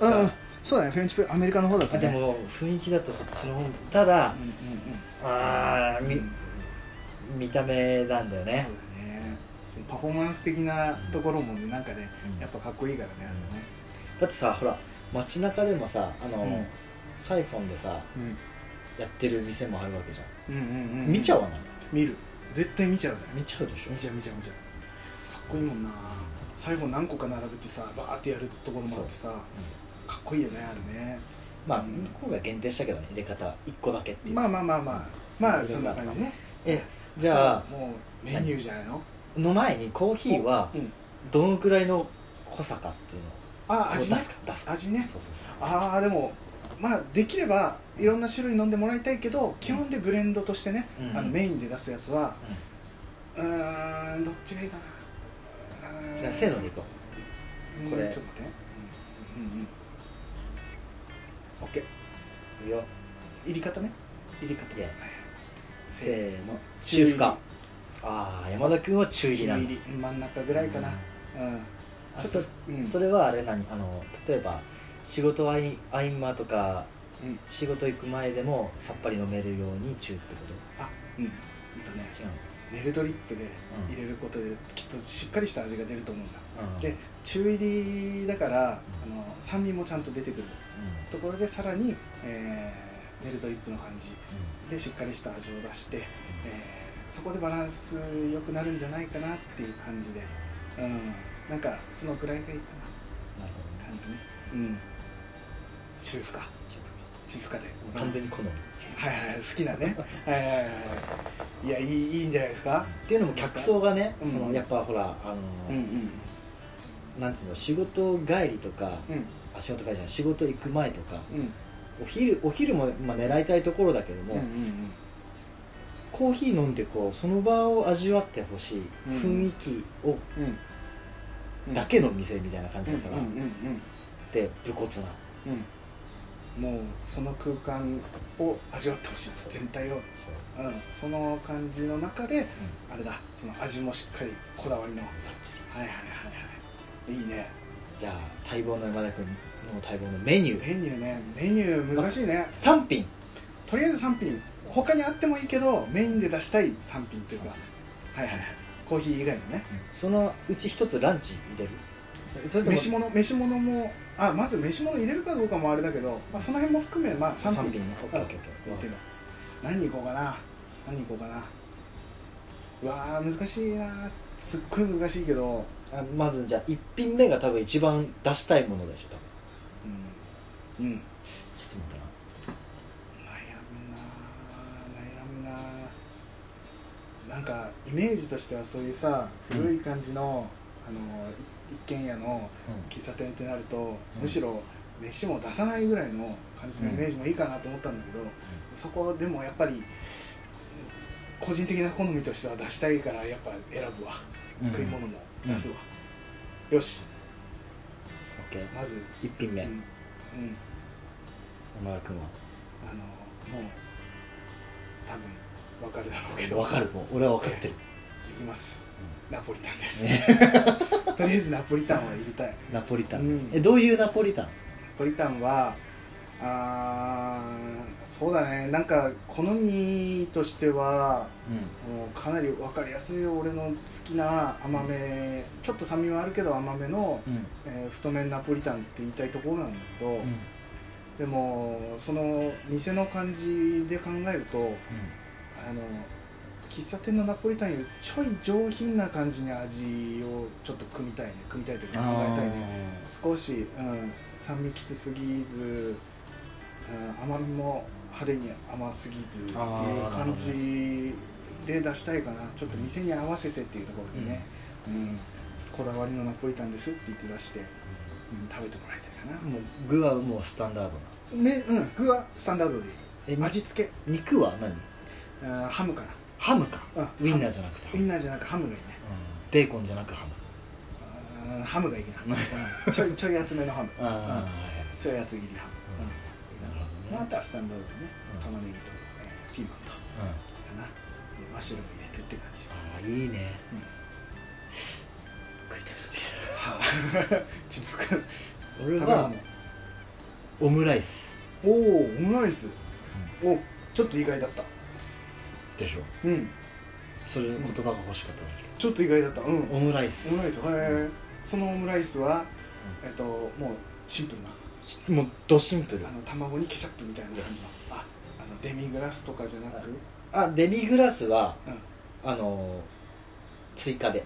B: うんうん
A: そうだねフレンチプアメリカの方だっ
B: あでも雰囲気だとそっちの方ただ
A: うんうんうん
B: あーみ
A: うん
B: 見た目なんだよね
A: そう、だねそのパフォーマンス的なところもねなんかね
B: うん
A: やっぱかっこいいからねあれね
B: だってさほら街中でもさあの、
A: うん
B: サイフォンでさ
A: う
B: やってる店もあるわけじゃん、
A: んうんうん
B: 見ちゃ
A: う
B: わない
A: 見る絶対見ちゃうね
B: 見ちゃうでしょ
A: 見ちゃう見ちゃう見ちゃうかっこいいもんな最後何個か並べてさバーってやるところもあってさかっこいいよねあれね
B: まあ
A: うん
B: 向こうが限定したけどね入れ方1個だけっていう、
A: まあまあまあまあまあそんな感じね
B: えじゃあ
A: もうメニューじゃないの
B: の前にコーヒーは
A: うん
B: どのくらいの濃さかっていうの
A: あ
B: を出
A: 味
B: す
A: ね
B: か出すか
A: 味ね
B: そうそうそう
A: ああでもまあできればいろんな種類飲んでもらいたいけど基本でブレンドとしてね、
B: うん
A: あのメインで出すやつはうーんどっちがいいかなうーん
B: じゃあせーのでいこ
A: うん
B: これ
A: ちょっと待ってうんうんうんオッケー
B: ういいよ
A: 入り方ね入り方
B: いや
A: はい
B: せ
A: せー
B: ーの
A: 中
B: 中
A: 入り
B: 深ああ山田君は中入り
A: 中
B: なん
A: 入
B: だ
A: り真ん中ぐらいかなうん
B: あ
A: ちょっと
B: そ
A: うん
B: それはあれ何あの例えば仕事合い合間とか
A: うん
B: 仕事行く前でもさっぱり飲めるように中ってこと
A: あうんうんとね
B: 違うの
A: ネルドリップで
B: うん
A: 入れることできっとしっかりした味が出ると思うんだ
B: うん
A: で中入りだからあの酸味もちゃんと出てくるところでさらに、えーネルドリップの感じでしっかりした味を出して、えーそこでバランス良くなるんじゃないかなっていう感じで、うん、なんかそのぐらいがいいか
B: なるほど
A: な感
B: ね
A: じね、うん、中深中深で
B: もう完全に好みっ
A: はいはいはい好きな ねはいはいはいはいいやいいいいんじゃないですか
B: ていうのも客層がね、
A: うん
B: そのやっぱほらあの、
A: うんうん
B: なんていうの仕事帰りとか、
A: うん
B: あ仕事帰りじゃない仕事行く前とか
A: うん
B: お昼お昼も、まあ、狙いたいところだけども、
A: うんうん
B: コーヒー飲んでこうその場を味わってほしい、
A: うん
B: 雰囲気を
A: うんうん
B: だけの店みたいな感
A: う
B: じ
A: んう
B: だ
A: ん
B: から、
A: うんうん
B: で武骨な
A: うんもうその空間を味わってほしいんです全体を、
B: そう
A: うん、その感じの中で
B: うん
A: あれだその味もしっかりこだわりのはい
B: がっつり
A: はいはいはいいいね
B: じゃあ待望の山田君の待望のメニュー
A: メニューねメニュー難しいね
B: 3品
A: とりあえず3品他にあってもいいけどメインで出したい3品というかはいはいはいコーヒー以外のね
B: そのうち1つランチ入れるそそれとも
A: 飯物飯物もあまず飯物入れるかどうかもあれだけど、まあ、その辺も含めまあ3
B: 3
A: 品
B: 品ねオッケーオッケー
A: 言
B: オッ
A: ってん
B: ケー
A: だ何行こうかな何行こうかなうわー難しいなすっごい難しいけど、
B: あまずじゃあ1品目が多分一番出したいものでしょ多
A: う
B: 分
A: ん、うん、
B: ちょっと待ってな
A: 悩むな悩むななんかイメージとしてはそういうさ
B: うん
A: 古い感じの,、あのい一軒家の
B: う
A: 喫茶店ってなると、むしろ飯も出さないぐらいの感じのイメージもいいかなと思ったんだけど、そこでもやっぱり個人的な好みとしては出したいからやっぱ選ぶわ、
B: ん
A: 食い
B: オッ
A: 物も出すわ、よし
B: ケー
A: まず、
B: 1品目
A: うん、うん、
B: 山田君は
A: あのもう多分わかるだろうけど
B: 分かるもう俺は分かってる
A: いきます、ナポリタンです、 とりあえずナポリタンは入れたいナ
B: ナポリタン、
A: うん
B: えどういうナポリタン
A: ポリタンはあーそうだねなんか好みとしてはもうかなり分かりやすいよ俺の好きな甘めちょっと酸味はあるけど甘めの、
B: うんうん
A: えー太麺ナポリタンって言いたいところなんだけど、
B: うん
A: でもその店の感じで考えるとあの喫茶店のナポリタンよりちょい上品な感じに味をちょっと組みたいね組みたいというか考えたいね少し、うん、酸味きつすぎず、うん、甘みも派手に甘すぎずっていう
B: あー
A: 感じで出したいかなちょっと店に合わせてっていうところでね、うんこだわりのナポリタンですって言って出して、うん、食べてもらいたいかな
B: あーもう具はもうスタンダードな
A: ねうん、具はスタンダードでいい
B: えに
A: 味付け、
B: 肉は何
A: うん、ハムか
B: ハムか
A: な、う
B: ウ
A: ん、
B: インナー
A: ハ
B: じゃなくてハ
A: ムウ
B: ム
A: インナーじゃなくハムがいいね
B: うんベーコンじゃなくハム
A: うんハムがいいな、うん、ちょいちょい厚めのハム
B: ああ、はい
A: ちょい厚切りハム、うん
B: なるほ
A: まあ、あ
B: どね
A: とはスタンダードでね
B: うん
A: 玉ねぎと、えーピーマンと
B: うん
A: かな
B: あ
A: でマッシュルーム入れてって感じ
B: あいいね
A: うん
B: 食いたくなってき
A: さあ ちむくん
B: た俺
A: 食べ
B: は
A: 物
B: オムライス
A: おおオムライス、おちょっと意外だった
B: でしょ
A: うん
B: それの言葉が欲しかったんだけ
A: ちょっと意外だったうんオ
B: どオムライス
A: ムライスへえそのオムライスは、
B: う
A: えっともうシンプルな
B: しもうドシンプル
A: あの卵にケチャップみたいな感じのああのデミグラスとかじゃなく、うん、
B: あデミグラスはあのー追加で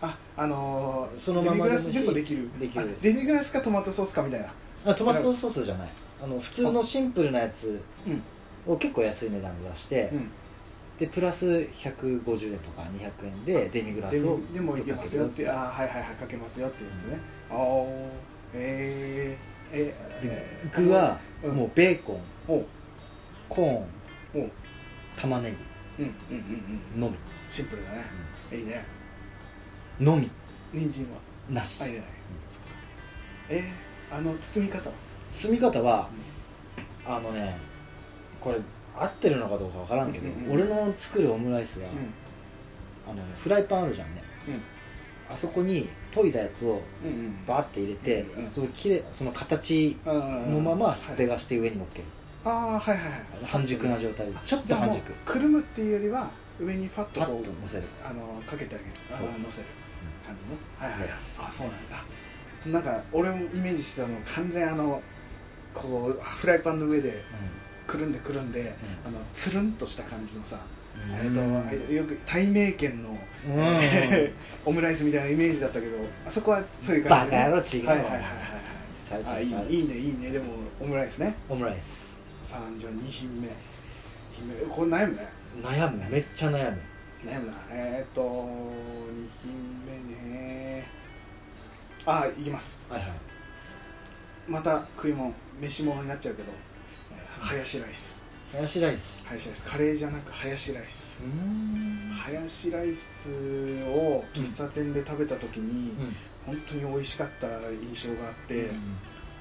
A: ああのー、
B: そのまま
A: デミグラス
B: で
A: で
B: も
A: も
B: いい
A: できる
B: できる
A: あデミグラスかトマトソースかみたいな
B: あトマトソースじゃないあの普通のシンプルなやつ
A: うん
B: を結構安い値段で出して、
A: うん
B: でプラス150円とか200円でデミグラ
A: で
B: スを
A: もでもいけますよってあーはいはいはいかけますよっていうやつね、あおえー、えー、
B: で
A: えー
B: 具は
A: うん
B: もうベーコン
A: おう
B: コーン
A: おう
B: 玉ね
A: うんうんうんうん
B: ぎのみ
A: シンプルだね、いいね
B: のみ
A: 人参は
B: なし
A: あ入れない、そっかえー、あの包み方は
B: 住み方はあのねこれ合ってるのかどうかわからんけど、
A: うんうんうん
B: 俺の作るオムライスは、
A: う
B: あのねフライパンあるじゃんね
A: んうん
B: あそこに研いだやつを
A: うんうん
B: バーって入れて、
A: うんうん
B: そのきれその形
A: の
B: のままひっぺ
A: が
B: がして上に乗っける、
A: うああはいはいはい
B: 半熟な状態でちょっと
A: じゃあ
B: 半
A: もう
B: 熟
A: くるむっていうよりは上にファッと
B: パッ
A: ことう
B: 乗せる
A: あのかけてあげるあ
B: そう
A: の乗せる感じねはいはい、はい
B: Yes
A: あそうなんだなんか俺もイメージしてたの完全あのこうフライパンの上でくるんでくるんであのつるんとした感じのさ、
B: うん
A: えっとあれよく対名圏の、
B: うん
A: オムライスみたいなイメージだったけどあそこはそういう感
B: バ
A: じ、
B: カ野郎違う
A: はいはいはい
B: ちゃうちゃう
A: はいはいあい
B: ちゃう
A: いいいねいいねでもオムライスね
B: オムライス
A: 32品目二品目これ悩むね
B: 悩むめっちゃ悩む
A: 悩むなえーっと2品目ねあいきます
B: はいはい
A: また食い物飯物になっちゃうけど、えーハヤシライス
B: ハヤシライス
A: ハヤシライスカレーじゃなくハヤシライス
B: うーん
A: ハヤシライスを喫茶店で食べた時に、
B: うん
A: 本当に美味しかった印象があって、
B: うん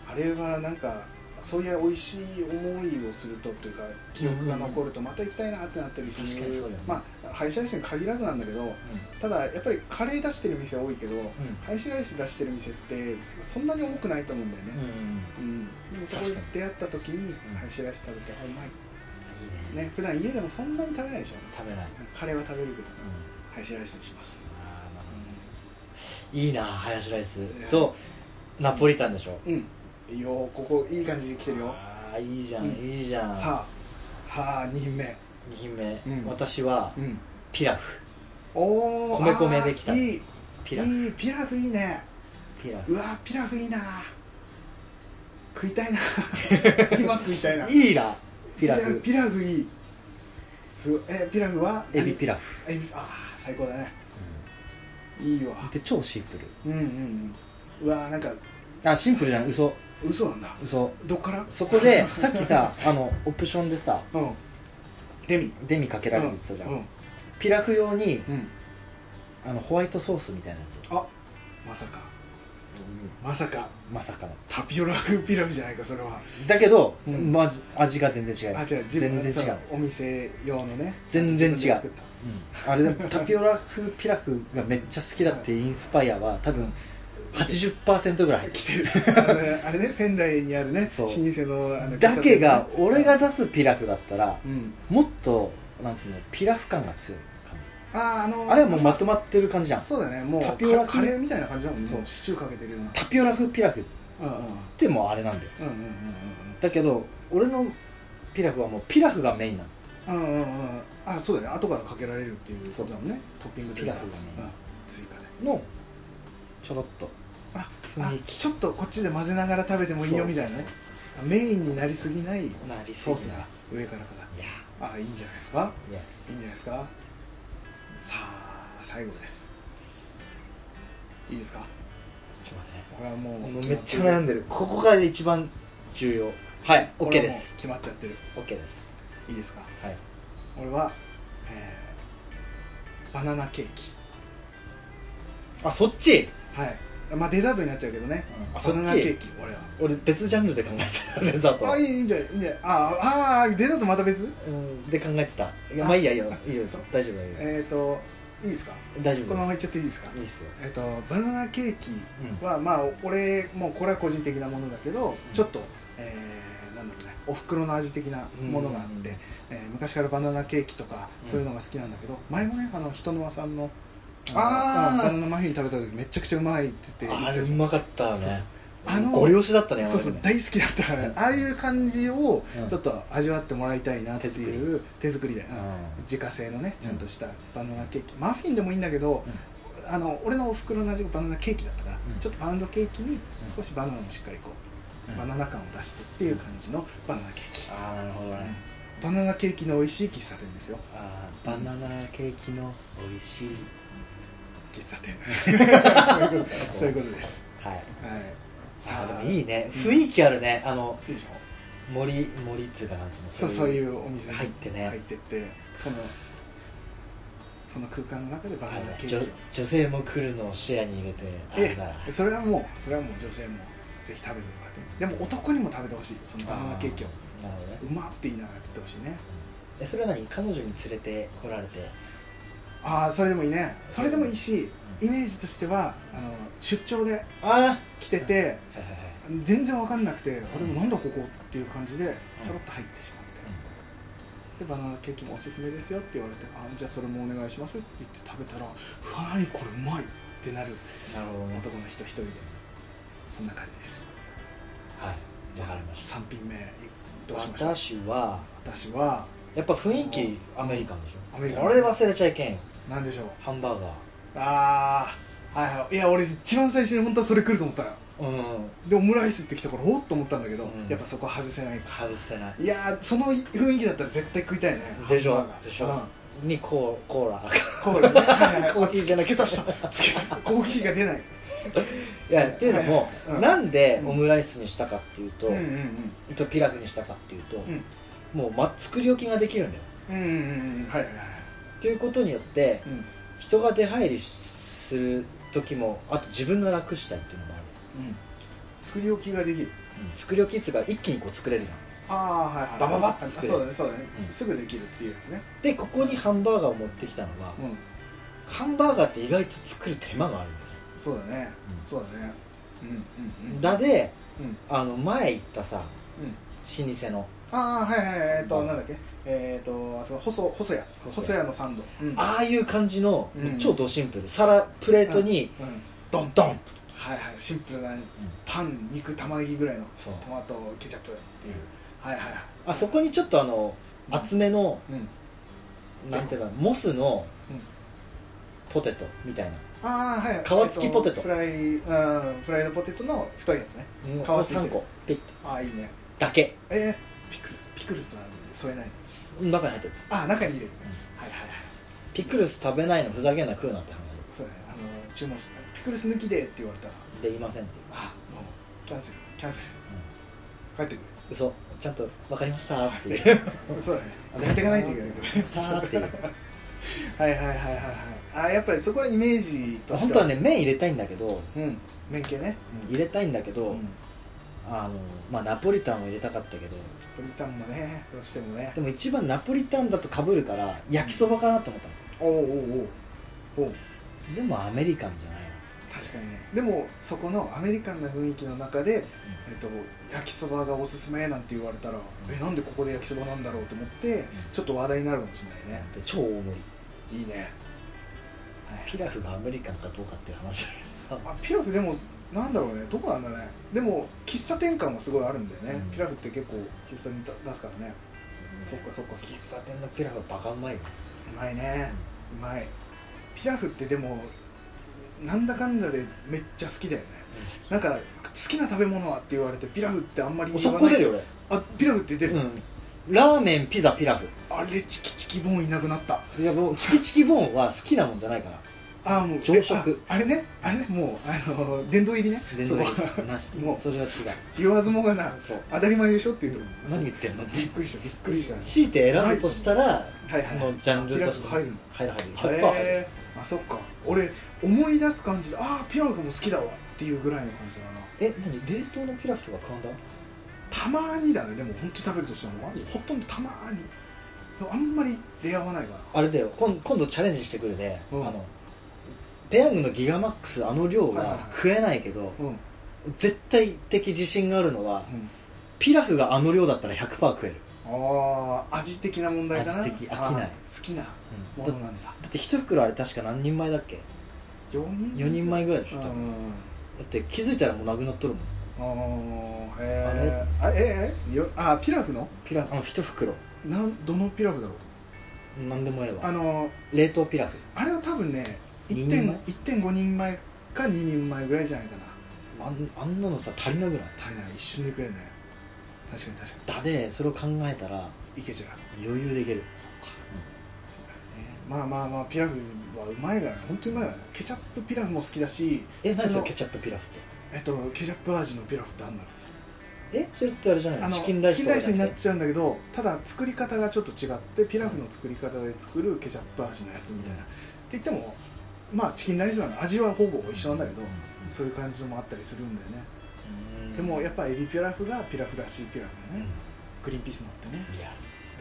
A: あれはなんかそういう美味しい思いをするとというか記憶が残るとまた行きたいなってなったりする、
B: 確かにそうだよね
A: まあハヤシライスに限らずなんだけどただやっぱりカレー出してる店多いけど、ハヤシライス出してる店ってそんなに多くないと思うんだよ
B: うん
A: ね、
B: うん
A: うんでもそこに
B: 確かに
A: 出会った時に
B: うん
A: ハヤシライス食べて、あうまい
B: いいね
A: ね普段家でもそんなに食べないでしょ
B: 食べない
A: カレーは食べるけどハヤシライスにします、
B: あーなるほどいいなハヤシライス
A: や
B: とナポリタンでしょ
A: うん、いいよここいい感じで来てるよ
B: ああいいじゃん
A: うん
B: いいじゃん2
A: さあはあ2品目
B: 品目
A: うん
B: 私は
A: うん
B: ピラフ
A: おお
B: 米米できた
A: いい
B: ピラフ
A: いいピラフいいね
B: ピラフ
A: うわピラフいいな食いたい な今食いたいない
B: いなピラフ
A: ピラフいいすごいえピラフは
B: エビピ
A: ラ
B: ラフ
A: フエビああ最高だねいいわ
B: で超シンプル
A: うんうんうんうわなんか
B: あシンプルじゃない嘘
A: 嘘なんだ
B: 嘘
A: どっから
B: そこでさっ きさあのオプションでさ
A: うんデミ
B: デミかけられるって言ってたじゃん、
A: うん
B: ピラフ用に
A: うん
B: あのホワイトソースみたいなやつ、
A: あまさかまさか
B: まさかの
A: タピオラ風ピラフじゃないかそれは
B: だけど、
A: うん
B: まじ味が全然違う
A: あ違う自分
B: 全然違う
A: そうお店用のね
B: 全然違う
A: 自分で作った
B: うんあれでもタピオラ風ピラフがめっちゃ好きだってインスパイアは多分80%ぐらい入って
A: 来てるあのあ れね仙台にあるね
B: そう
A: 老舗のあの
B: るだけ
A: 喫茶
B: が
A: 店ね
B: 俺が出すピラフだったら
A: うん
B: もっとなんつうのピラフ感が強い感じ
A: あーあの
B: あれはもうまとまってる感じじゃん
A: そうだねもう
B: タ
A: タピ
B: ピオ
A: オ
B: ラ
A: ラカレーみたいな感じだもんね
B: そう
A: シチューかけてるような
B: タピオラ風ピラフっ
A: うんうんうん
B: てもうあれなんだよ
A: うん
B: だけど俺のピラフはもうピラフがメインなの
A: うんうんうんうんうんあそうだね後からかけられるっていうことだもんねトッピングというか
B: ピラフがね
A: うん追加で
B: のちょろっと
A: ああ
B: 雰囲気
A: ちょっとこっちで混ぜながら食べてもいいよみたいなね
B: そうそうそ
A: メインになりすぎないう
B: なりそ
A: ソ
B: う
A: ースが上からかか
B: いや
A: あいいんじゃないですか
B: イエス
A: いいんじゃないですかさあ最後ですいいですか
B: ちょっと待ってね
A: これはもう
B: もうめっちゃ悩んでるここが一番重要はい OK
A: 俺は
B: で
A: もう
B: す
A: 決まっちゃってる
B: OK です
A: いいですか
B: はい
A: 俺は、えーバナナケーキ
B: あそっち
A: はいまあデザートになっちゃうけどね
B: あそ
A: バ
B: っ
A: ナナケー
B: ち
A: キ俺は
B: 俺別ジャンルで考えてたデザート
A: あいいいいんじゃないいいんじゃないああーデザートまた別
B: うんで考えてたいやまあいいやいいよいいよ
A: そう
B: 大丈夫だよ
A: えっ、といいですか
B: 大丈夫
A: このままい
B: で
A: っちゃっていいですか
B: すいいっすよ
A: えっ、とバナナケーキ
B: うん
A: はまあ俺もうこれは個人的なものだけど
B: ん
A: ちょっと、えーなんだろうねおふくろの味的なものがあっ
B: うん
A: て、えー昔からバナナケーキとか
B: うん
A: そういうのが好きなんだけど、前もねあの人の輪さんのの
B: あー
A: バナナマフィン食べた時めちゃくちゃうまいって言って言
B: あ
A: ってた
B: れう
A: じゃん
B: まかったよ
A: そうそ
B: ね
A: うあの
B: ご利用しだったね
A: そうそう
B: あれね
A: 大好きだったから、
B: うん
A: ああいう感じを
B: うん
A: ちょっと味わってもらいたいなっていう手作りで、うん
B: う
A: 自家製のねちゃんとしたバナナケーキ、マフィンでもいいんだけど、あの俺のおふくろの味がバナナケーキだったから、
B: うん
A: ちょっとパウンドケーキに少しバナナもしっかりこう、
B: ん
A: バナナ感を出してっていう感じのバナナケーキ、
B: ああなるほどね
A: バナナケーキの美味しい喫茶店ですよ
B: あーバナナケーキの美味しい
A: 喫茶店 そういうこと そういうことです、
B: はい
A: はい、
B: さ
A: さ
B: あ
A: あ
B: でもいいね
A: うん
B: 雰囲気あるねあの
A: いいでしょ
B: 森森っつうかなんつうの
A: そうそういうお店に
B: 入ってね
A: 入ってってそのその空間の中でバ
B: あ
A: ナ
B: の
A: ナ
B: ね
A: ケーキ
B: 女
A: を
B: 女性も来るのを視野に入れてあ
A: え
B: れなら
A: えそれはもうそれはもう女性もぜひ食べてもらってでも男にも食べてほしいそのバナナケーキを
B: なるほどね
A: うまって言いながら食ってほしいね
B: えそれは何彼女に連れてこられて
A: ああそれでもいいねそれでもいいしイメージとしてはあの出張で
B: ああはい
A: 来てて
B: はいはい
A: 全然分かんなくてあでもなんだここっっていう感じで
B: ん
A: ちょろっと入ってしまって、でバナナケーキもおすすめですよって言われてあじゃあそれもお願いしますって言って食べたらうわ何これうまいってなる
B: なるほどね
A: 男の人一人でそんな感じです
B: はいわかりました
A: 3品目どうしましょう
B: 私は
A: 私は
B: やっぱ雰囲気アメリカンでしょ
A: アメリカン
B: これ忘れちゃいけんよ
A: 何でしょう
B: ハンバー
A: ああはいはいいや俺一番最初に本当はそれ来ると思ったよ
B: ガーうん
A: でオムライスって来たからおっと思ったんだけど、
B: うん
A: やっぱそこは外せないか
B: 外せない
A: いやーその雰囲気だったら絶対食いたいね
B: でし
A: ハ
B: ょ
A: ンバーガー
B: でしょ、
A: うん
B: にコーコーラ
A: コーラねはいはい
B: コーヒーじゃなくて
A: つけ足したつけ足したコーヒーが出ない
B: いやっていうのも、
A: うん
B: なんでオムライスにしたかっていうと、
A: うんうん
B: とピラフにしたかっていうと、
A: ん
B: もう、ま、作り置きができるんだよ
A: うんうんうんうんはいはいはい
B: っていうことによって
A: うん
B: 人が出入りする時もあと自分が楽したいっていうのもある、
A: うん作り置きができる
B: うん作り置きっつうか一気にこう作れるじゃん
A: ああはいはい
B: バババッと作れる
A: そうだねそうだね、
B: うん
A: すぐできるっていうやつね
B: でここにハンバーガーを持ってきたのが、
A: うん
B: ハンバーガーって意外と作る手間があるんだよね
A: そうだね、
B: うん
A: そうだねうんうんうん
B: だで
A: うん
B: あの前行ったさ
A: うん
B: 老舗の
A: ああはいはいはいえっと、
B: うん
A: なんだっけえっ、とあそこ細細谷
B: 細谷
A: 細谷のサンド、うん
B: ああいう感じの、
A: うん
B: 超ドシンプル皿プレートに、
A: うんドンドンとはいはいシンプルなパン肉玉ねぎぐらいの
B: そう
A: トマトケチャップっていう、はいはいはい
B: あそこにちょっとあの
A: うん
B: 厚めの、
A: うん
B: なんていうかモスの
A: うん
B: ポテトみたいな
A: ああはい
B: 皮付きポテ
A: えっと
B: ト
A: フライうんフライドポテトの太いやつね
B: 皮
A: 皮付いてる
B: 3個ピッて
A: ああいいね
B: だけ
A: えー、ピクルスピクルスは添えない
B: 中に入ってる
A: ああ中に入れるね、
B: うん
A: はいはいはい
B: ピクルス食べないのふざけんな食うなって話
A: そうだねあの注文してピクルス抜きでって言われたら
B: で言いませんっていう、
A: あもうキャンセルキャンセル帰ってくる
B: うん、嘘ちゃんと分かりましたっていう
A: そうだねやっていかないといけない
B: さーっていう
A: はいはいはいはいはいあやっぱりそこはイメージとして
B: 本当はね麺入れたいんだけど
A: うん麺系ね
B: 入れたいんだけど、
A: うん
B: あのまあナポリタンを入れたかったけど
A: ポリタンもねどうしてもね
B: でも一番ナポリタンだとかぶるから焼きそばかなと思ったの
A: おうおうおうおう
B: でもアメリカンじゃないな
A: 確かにねでもそこのアメリカンな雰囲気の中で、えっと、焼きそばがおすすめなんて言われたら、えなんでここで焼きそばなんだろうと思って、ちょっと話題になるかもしれないね
B: で超大盛り
A: いいね、はい
B: ピラフがアメリカンかどうかっていう話だけどさ
A: あピラフでもなんだろうねどこなんだねでも喫茶店感はすごいあるんだよね、
B: うん
A: ピラフって結構喫茶に出出すからね、そっかそっかそっか
B: 喫茶店のピラフはバカうまいよ
A: うまいね、うまいピラフってでもなんだかんだでめっちゃ好きだよねなんか好きな食べ物はって言われてピラフってあんまり言
B: そ
A: わ
B: こ
A: ない
B: 出るよ
A: あピラフって出
B: 俺
A: る、
B: うんラーメンピザピラフ
A: あれチキチキボーンいなくなった
B: いやもうチキチキボーンは好きなもんじゃないから
A: あもう
B: 朝食
A: ああれねあれねもうあの殿堂入りね
B: 全
A: そ
B: 然
A: こ
B: なし
A: もう
B: それは違う
A: 言わずもがな
B: そう
A: 当たり前でしょっていうとこ
B: 何言ってんの
A: びっくりしたびっくりした
B: 強いて選ぶとしたら
A: はいはい
B: このジャンルとし
A: ピラフ
B: て
A: 入るんだ
B: 入る入る100%入る
A: へえあそっか俺思い出す感じでああピラフも好きだわっていうぐらいの感じだな
B: え何冷凍のピラフとか買うんだ
A: たまーにだねでも本当に食べるとしてもほとんどたまーにでもあんまり出会わないかな
B: あれだよ今今度チャレンジしてくるね、
A: うん
B: あのペヤングのギガマックスあの量
A: はいはい
B: が食えないけど
A: うん、うん、
B: 絶対的自信があるのはピラフがあの量だったら100%食える、
A: ああ味的な問題かな
B: 味的飽きない
A: あー好きなも
B: だ
A: の
B: だ
A: なんだ
B: って一袋あれ確か何人前だっけ
A: 4人
B: 4人前ぐらいでし
A: う
B: ょ
A: ん
B: 多分だって気づいたらもうなくなっとるもん
A: あーへーあえええよあーピラフの
B: ピラフあの一袋
A: なんどのピラフだろう
B: 何でもええ
A: あ
B: わ
A: の
B: 冷凍ピラフ
A: あれは多分ね
B: 二人前
A: 1.5人前か2人前ぐらいじゃないかな
B: あんあんなのさ足りなくない
A: 足りない一瞬で食えるね確かに確か
B: だでそれを考えたら
A: にいけちゃう
B: 余裕でいける
A: そっか、ねまあまあまあピラフはうまいからね本当にうまいからねケチャップピラフも好きだし
B: え
A: 普
B: 何
A: 通
B: それ
A: の
B: ケチャップピラフって
A: えっとケチャップ味のピラフってあんのよ
B: えそれってあれじゃない
A: あ
B: の
A: の
B: チキンライスとかじゃ
A: に
B: な
A: な
B: く
A: ってちゃうんだけどただ作り方がちょっと違ってピラフの作り方で作るケチャップ味のやつみたいな、って言ってもまあチキンライスなの味はほぼ一緒なんだけど、
B: うんうんうん
A: そういう感じのもあったりするんだよね、
B: うん
A: でもやっぱエビピラフがピラフらしいピラフだ
B: うん
A: よね、グリーンピース乗ってね
B: いや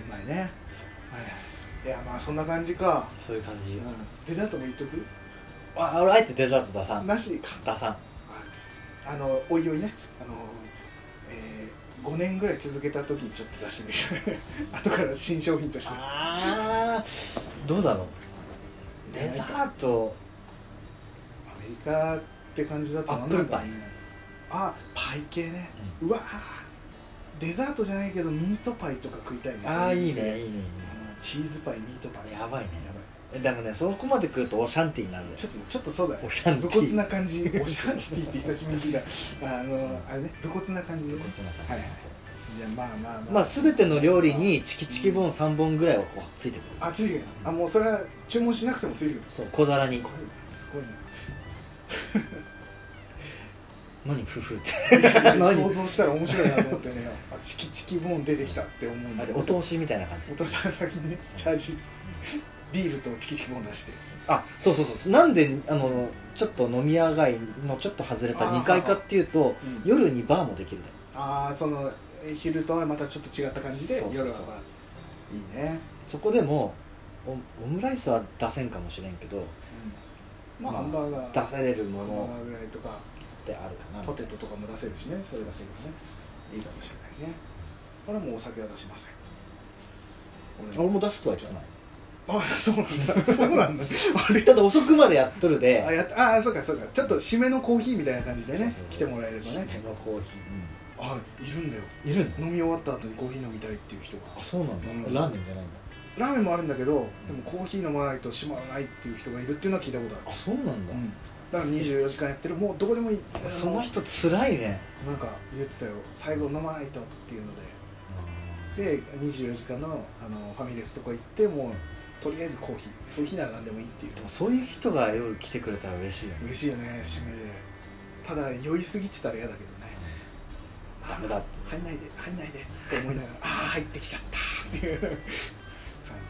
A: うまいねはいいやまあそんな感じか、
B: そういう感
A: う
B: じ
A: ん、デザートも言っとく
B: あ俺あえてデザート出さん
A: なしか
B: 出さん
A: ああのおいおいねあの、えー5年ぐらい続けた時にちょっと出して みる後から新商品として
B: ああどうだろうデザート
A: アメリカって感じだとなんだろうねあパイ系ね、うわーデザートじゃないけどミートパイとか食いたいね
B: ああ
A: そう
B: いいう
A: 店
B: ねいいねいいね
A: うんチーズパイミートパイ
B: やばいね
A: やば
B: でもねそこまで来るとオシャンティーになるんだよ
A: ちょっとちょっとそうだよ
B: オシャン
A: 武
B: ティー
A: 骨な感じオシャンティーって久しぶりに聞いたあのあれね武骨な感じでね
B: こっちの中
A: はいはいじゃあまあまあまあ
B: まあ全ての料理にチキチキボン3本ぐらいはこうついてくる
A: あついてくるあもうそれは注文しなくてもついてくる
B: そう小皿に
A: すごいねすごいね
B: 何フフって何
A: 想像したら面白いなと思ってねあチキチキボーン出てきたって思うん
B: あ
A: だ
B: れ
A: け
B: お
A: ど
B: 通しみたいな感じ
A: お父さん先にねチャージビールとチキチキボーン出して
B: あそうそうそうなんであのちょっと飲み屋街のちょっと外れた
A: あー
B: 2階かっていうと
A: うん
B: 夜にバーもできるね
A: ああそのえ昼とはまたちょっと違った感じで
B: そうそうそう
A: 夜はまあいいね、
B: そこでもオオムライスは出せんかもしれんけど
A: まあ、
B: まあ
A: ハンバーガー
B: 出せれるも
A: ハンバ
B: の
A: ーガーぐらいとか
B: ってあるかな
A: ポテトとかも出せるしねそれ出せるねいいかもしれないね俺はもうお酒は出しません
B: 俺も出すとは言ってない
A: あそうなん だそうなんだあれ
B: ただ遅くまでやっとるで
A: あやったあーそうかそうかちょっと締めのコーヒーみたいな感じでね来てもらえれば
B: 締
A: ね
B: めのコーヒ
A: あいるんだよ
B: ー、うん、いる
A: 飲
B: の
A: み終わった後にコーヒー飲みたいっていう人が
B: あそうなんだ、
A: うん
B: ラーメンじゃないん
A: ラーメンもあるんだけどでもコーヒー飲まないと閉まらないっていう人がいるっていうのは聞いたことある
B: だあそうなんだ、
A: だから24時間やってるもうどこでもいいあ
B: その人つらいね
A: なんか言ってたよ最後飲まないとっていうのでで24時間のあのファミレスとか行ってもうとりあえずコーヒーコーヒーなら何でもいいっていう
B: でもそういう人が夜来てくれたら嬉しいよね
A: 嬉しいよね締めでただ酔いすぎてたら嫌だけどね
B: ダメだって
A: 入んないで入んないでって思いな がらああ入ってきちゃったっていう感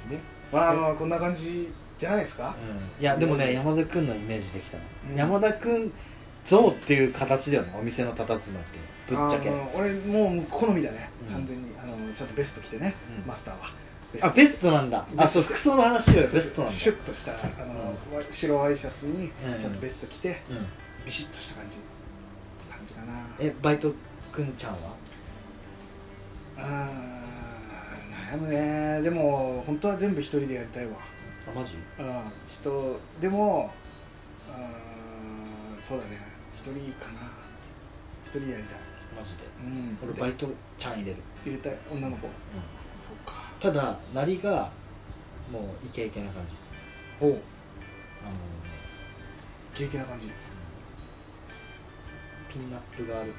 A: じねまあまあこんな感じじゃないですか
B: うんいやでもね山田君のイメージできたの、
A: うん
B: 山田君像っていう形だよねお店の佇まいっていうぶっちゃけ
A: あの俺もう好みだね、
B: うん
A: 完全にあのちゃんとベスト着てね、
B: うん
A: マスターはベ
B: あベストなんだあそう服装の話よベストなんだ
A: シュッとしたあの、わ白ワイシャツに
B: うん
A: ちゃんとベスト着て、
B: うん
A: ビシッとした感じ感じかな
B: えバイト君ちゃんは
A: あー悩むねでも本当は全部一人でやりたいわ
B: あマジ
A: うん人でもうんそうだね一人かな一人でやりたい
B: マジで
A: うん
B: 俺バイトちゃん入れる、
A: 入れたい女の子
B: うん
A: そうか
B: ただなりがもうイケイケな感じ
A: おう
B: あの
A: 経験な感じ
B: ピンナップガールっ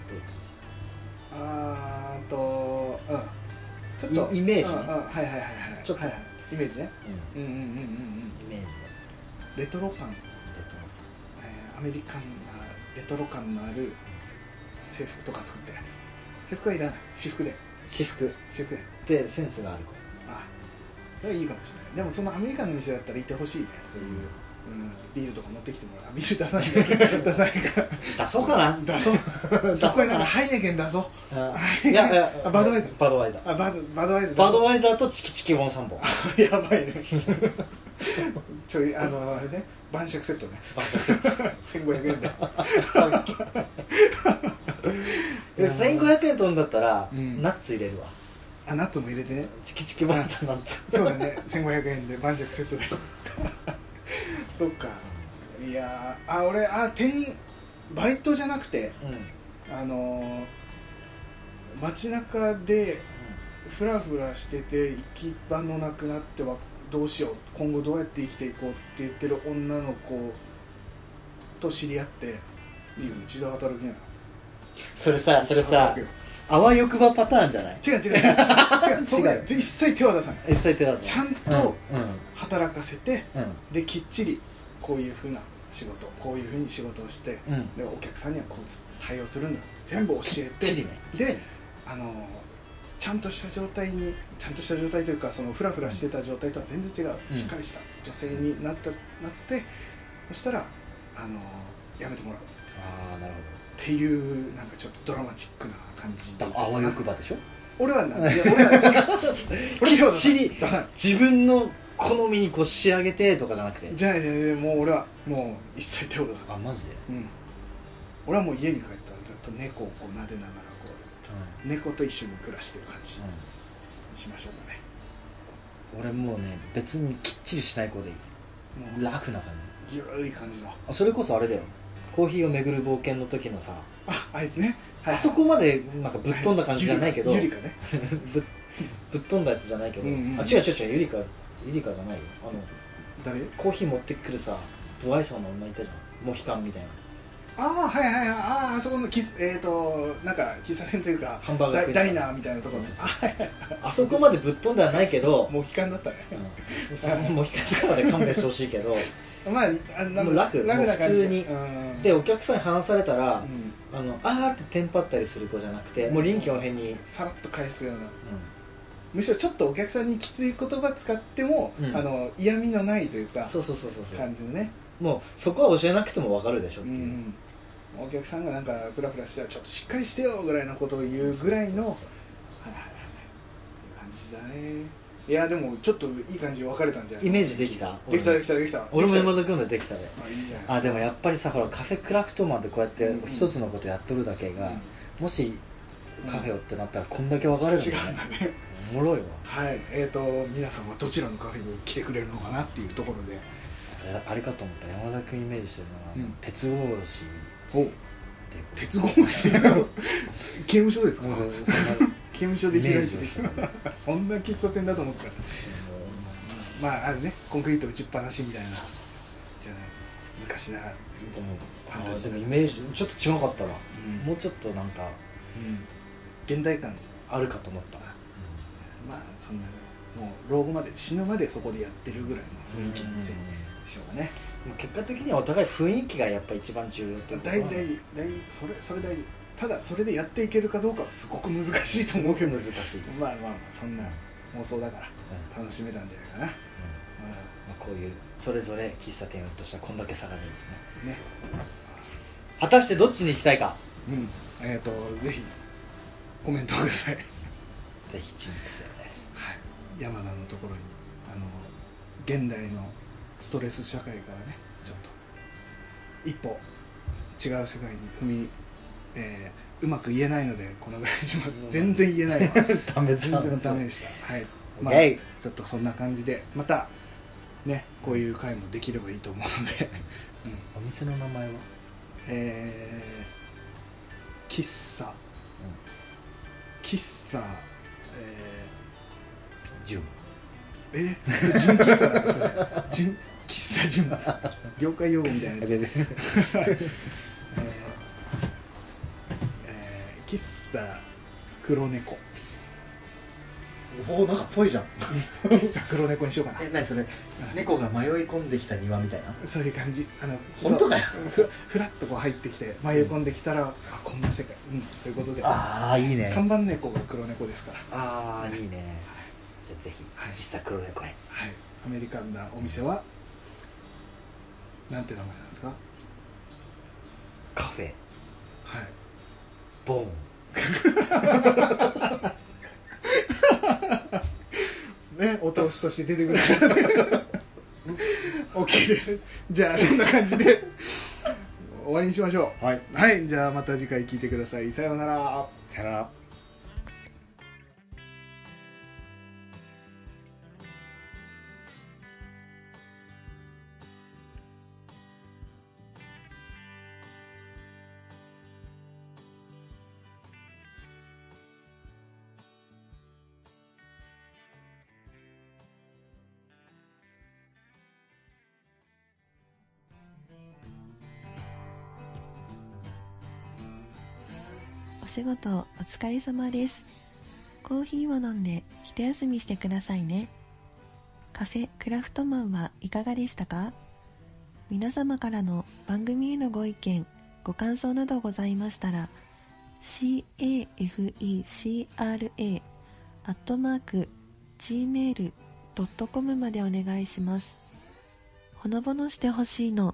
A: あーとうんちょっと
B: イイメージね
A: うんうんはいはいはいはい
B: ちょっと
A: はいはいイメージね
B: ぽい、
A: うんうんうんうんうん
B: イメージで
A: レトロ感、
B: えっと
A: えーアメリカンなレトロ感のある制服とか作って制服はいらない私服で
B: 私服っ
A: 私服で
B: てセンスがある子
A: あそれはいいかもしれないでもそのアメリカンの店だったらいてほしいねそういう、うん、ビールとか持ってきてもらうあビール出さない から出さないから
B: 出そうかな
A: 出そうそこになんかハイネケン出そう
B: うんいやいや
A: あバドワイザー
B: バドワイザー
A: あバドバドワイズ出そう
B: バドワイザーとチキチキボン3本
A: やばいねちょいあのあれね晩酌セットね 1500円で
B: で1500円飛んだったら、
A: うん
B: ナッツ入れるわ
A: あナッツも入れてね
B: チキチキボンとナッツ
A: そうだね1500円で晩酌セットで そっかいやーあ俺あ店員バイトじゃなくて
B: うん、うん
A: あのー、街中でふらふらしてて行き場のなくなってはどうしよう今後どうやって生きていこうって言ってる女の子と知り合って「いいようちで働きなよ」
B: それさそれさ
A: 違う
B: あわよくばパターンじゃない
A: 違う違う違う違 うそうだよ一切手は出さない
B: 一切手だと
A: ちゃんと
B: うん
A: 働かせて
B: うん
A: できっちりこういうふうな仕事こういうふうに仕事をして
B: うんうん
A: でお客さんにはこう対応するんだ全部教え
B: チリ
A: て
B: ね
A: であのちゃんとした状態にちゃんとした状態というかそのフラフラしてた状態とは全然違う、
B: うん
A: しっかりした女性になったなってそしたらあのやめてもらうっ
B: ああなるほど
A: ていうなんかちょっとドラマチックな感じで
B: あわよくばでしょ
A: 俺はないや俺は俺は俺は手は出さない
B: きっちり
A: 出さない
B: 自分の好みにこう仕上げてとかじゃなくて
A: じゃあじゃあじゃあもう俺はもう一切手を出さない
B: あマジで
A: うん、俺はもう家に帰ったらずっと猫をこう撫でながらこう猫と一緒に暮らしてる感じに
B: う
A: しましょうかね
B: ん俺もうね別にきっちりしない子でい
A: も
B: いうラフな感じ
A: ゆるい感じの
B: あそれこそあれだよコーヒーを巡る冒険の時のさ、
A: ああいつね、
B: あそこまでなんかぶっ飛んだ感じじゃないけど、
A: ゆりかゆりかね
B: ぶっぶっ飛んだやつじゃないけど、
A: うんうん
B: あ違う違う違うゆりかゆりかじゃないよあの
A: 誰
B: コーヒー持ってくるさドアイソーの女いたじゃんモヒカンみたいな
A: ああはいはいはいあああそこのキスえっ、ー、となんか喫茶店というか
B: ハンバーガ
A: ダ
B: ー食
A: イ
B: いた
A: ダ
B: い
A: イナーみたいなところね
B: そうそう
A: あはいはい
B: あそこまでぶっ飛んではないけど、
A: もう悲観だったね
B: うんそそのモヒカンとかまで勘弁してほしいけど
A: まああなんか
B: もう楽
A: 楽な感じ
B: もう普通に
A: うん
B: でお客さんに話された
A: う
B: ら、
A: ん
B: あのあーってテンパったりする子じゃなくてもう臨機応変に、うん
A: さらっと返すようなむしろちょっとお客さんにきつい言葉使っても、
B: うん
A: あの嫌味のないというか
B: そうそうそうそうそう
A: 感じのね、
B: もうそこは教えなくても分かるでしょっ
A: う
B: ていう、
A: ん、お客さんがなんかフラフラしてちょっとしっかりしてよぐらいのことを言うぐらいのはいはいはいはいいう感じだねいやでもちょっといい感じに分かれたんじゃない
B: イメージできた
A: できたでき
B: た
A: たできた
B: 俺も
A: でき
B: 今の君のできたで
A: たあいいじゃないですか
B: あでもやっぱりさほらカフェクラフトマンでこうやって
A: うんうん
B: 一つのことやっとるだけが、もし
A: うん
B: カフェをってなったらこんだけ分か
A: うん
B: れる
A: 違
B: ん
A: う
B: だ
A: ん
B: ね
A: だね
B: おもろいわ
A: はいえー、と皆さんはどちらのカフェに来てくれるのかなっていうところで
B: あれあれかと思った山田君イメージしてるのは、
A: うん
B: 鉄格子
A: お
B: っていう
A: 鉄格子の刑務所ですか、刑
B: うんそ んな
A: 務所で開い
B: イ
A: て
B: メージをして
A: る そんな喫茶店だと思ってたまああれねコンクリート打ちっぱなしみたいなじゃない昔ながら、
B: でも
A: ファンタ
B: あ
A: ジ
B: で
A: ー
B: もイメージちょっと違かったわ
A: うん
B: もうちょっとなんか
A: うん現代感
B: あるかと思った、
A: まあそんなもう老後まで死ぬまでそこでやってるぐらいの雰囲気の
B: うん
A: 店にしようかね
B: 結果的にはお互い雰囲気がやっぱ一番重要ってこと
A: 大事大事大事それそれ大事ただそれでやっていけるかどうかはすごく難しいと思うけど
B: 難しい、うん
A: まあまあそんな妄想だから楽しめたんじゃないかな、
B: まあ、こういうそれぞれ喫茶店としてはこんだけ差が出るとね
A: うん、ね
B: 果たしてどっちに行きたいか
A: うんえっ、とぜひコメントください
B: ぜひ注目してね
A: はい、山田のところにあの現代のストレス社会からねちょっと一歩違う世界に踏み、えーうまく言えないのでこのぐらいにします
B: うん
A: 全然言えない わ
B: ダメ
A: 全然ダメでしたはい、まあ、
B: OK
A: ちょっとそんな感じでまたねこういう回もできればいいと思うので、 うん
B: お店の名前は、
A: えー喫茶喫茶えー
B: ジュン
A: えそれ純喫茶だそれ純喫茶純業界用語みたいなやつ、えーえー喫茶黒猫
B: おおなんかっぽいじゃん
A: 喫茶黒猫にしようかな
B: え何それ猫が迷い込んできた庭みたいな
A: そういう感じあの
B: 本当かよ
A: そうふふらっとこう入ってきて迷い込んできたら、あこんな世界うんそういうことで
B: ああいいね
A: 看板猫が黒猫ですから
B: ああいいねじゃあぜひ
A: はい
B: 喫茶黒猫へ
A: はいアメリカンなお店はなんて名前なんですかは
B: カフェ
A: い
B: ボン
A: ね、お通しとして出てくるからね OK ですじゃあそんな感じで終わりにしましょう
B: はい
A: はいじゃあまた次回聞いてくださいさようなら
B: さよなら
C: お仕事お疲れ様です。コーヒーを飲んで一休みしてくださいね。カフェクラフトマンはいかがでしたか皆様からの番組へのご意見、ご感想などございましたら、cafecra.gmail.com までお願いします。ほのぼのしてほしいの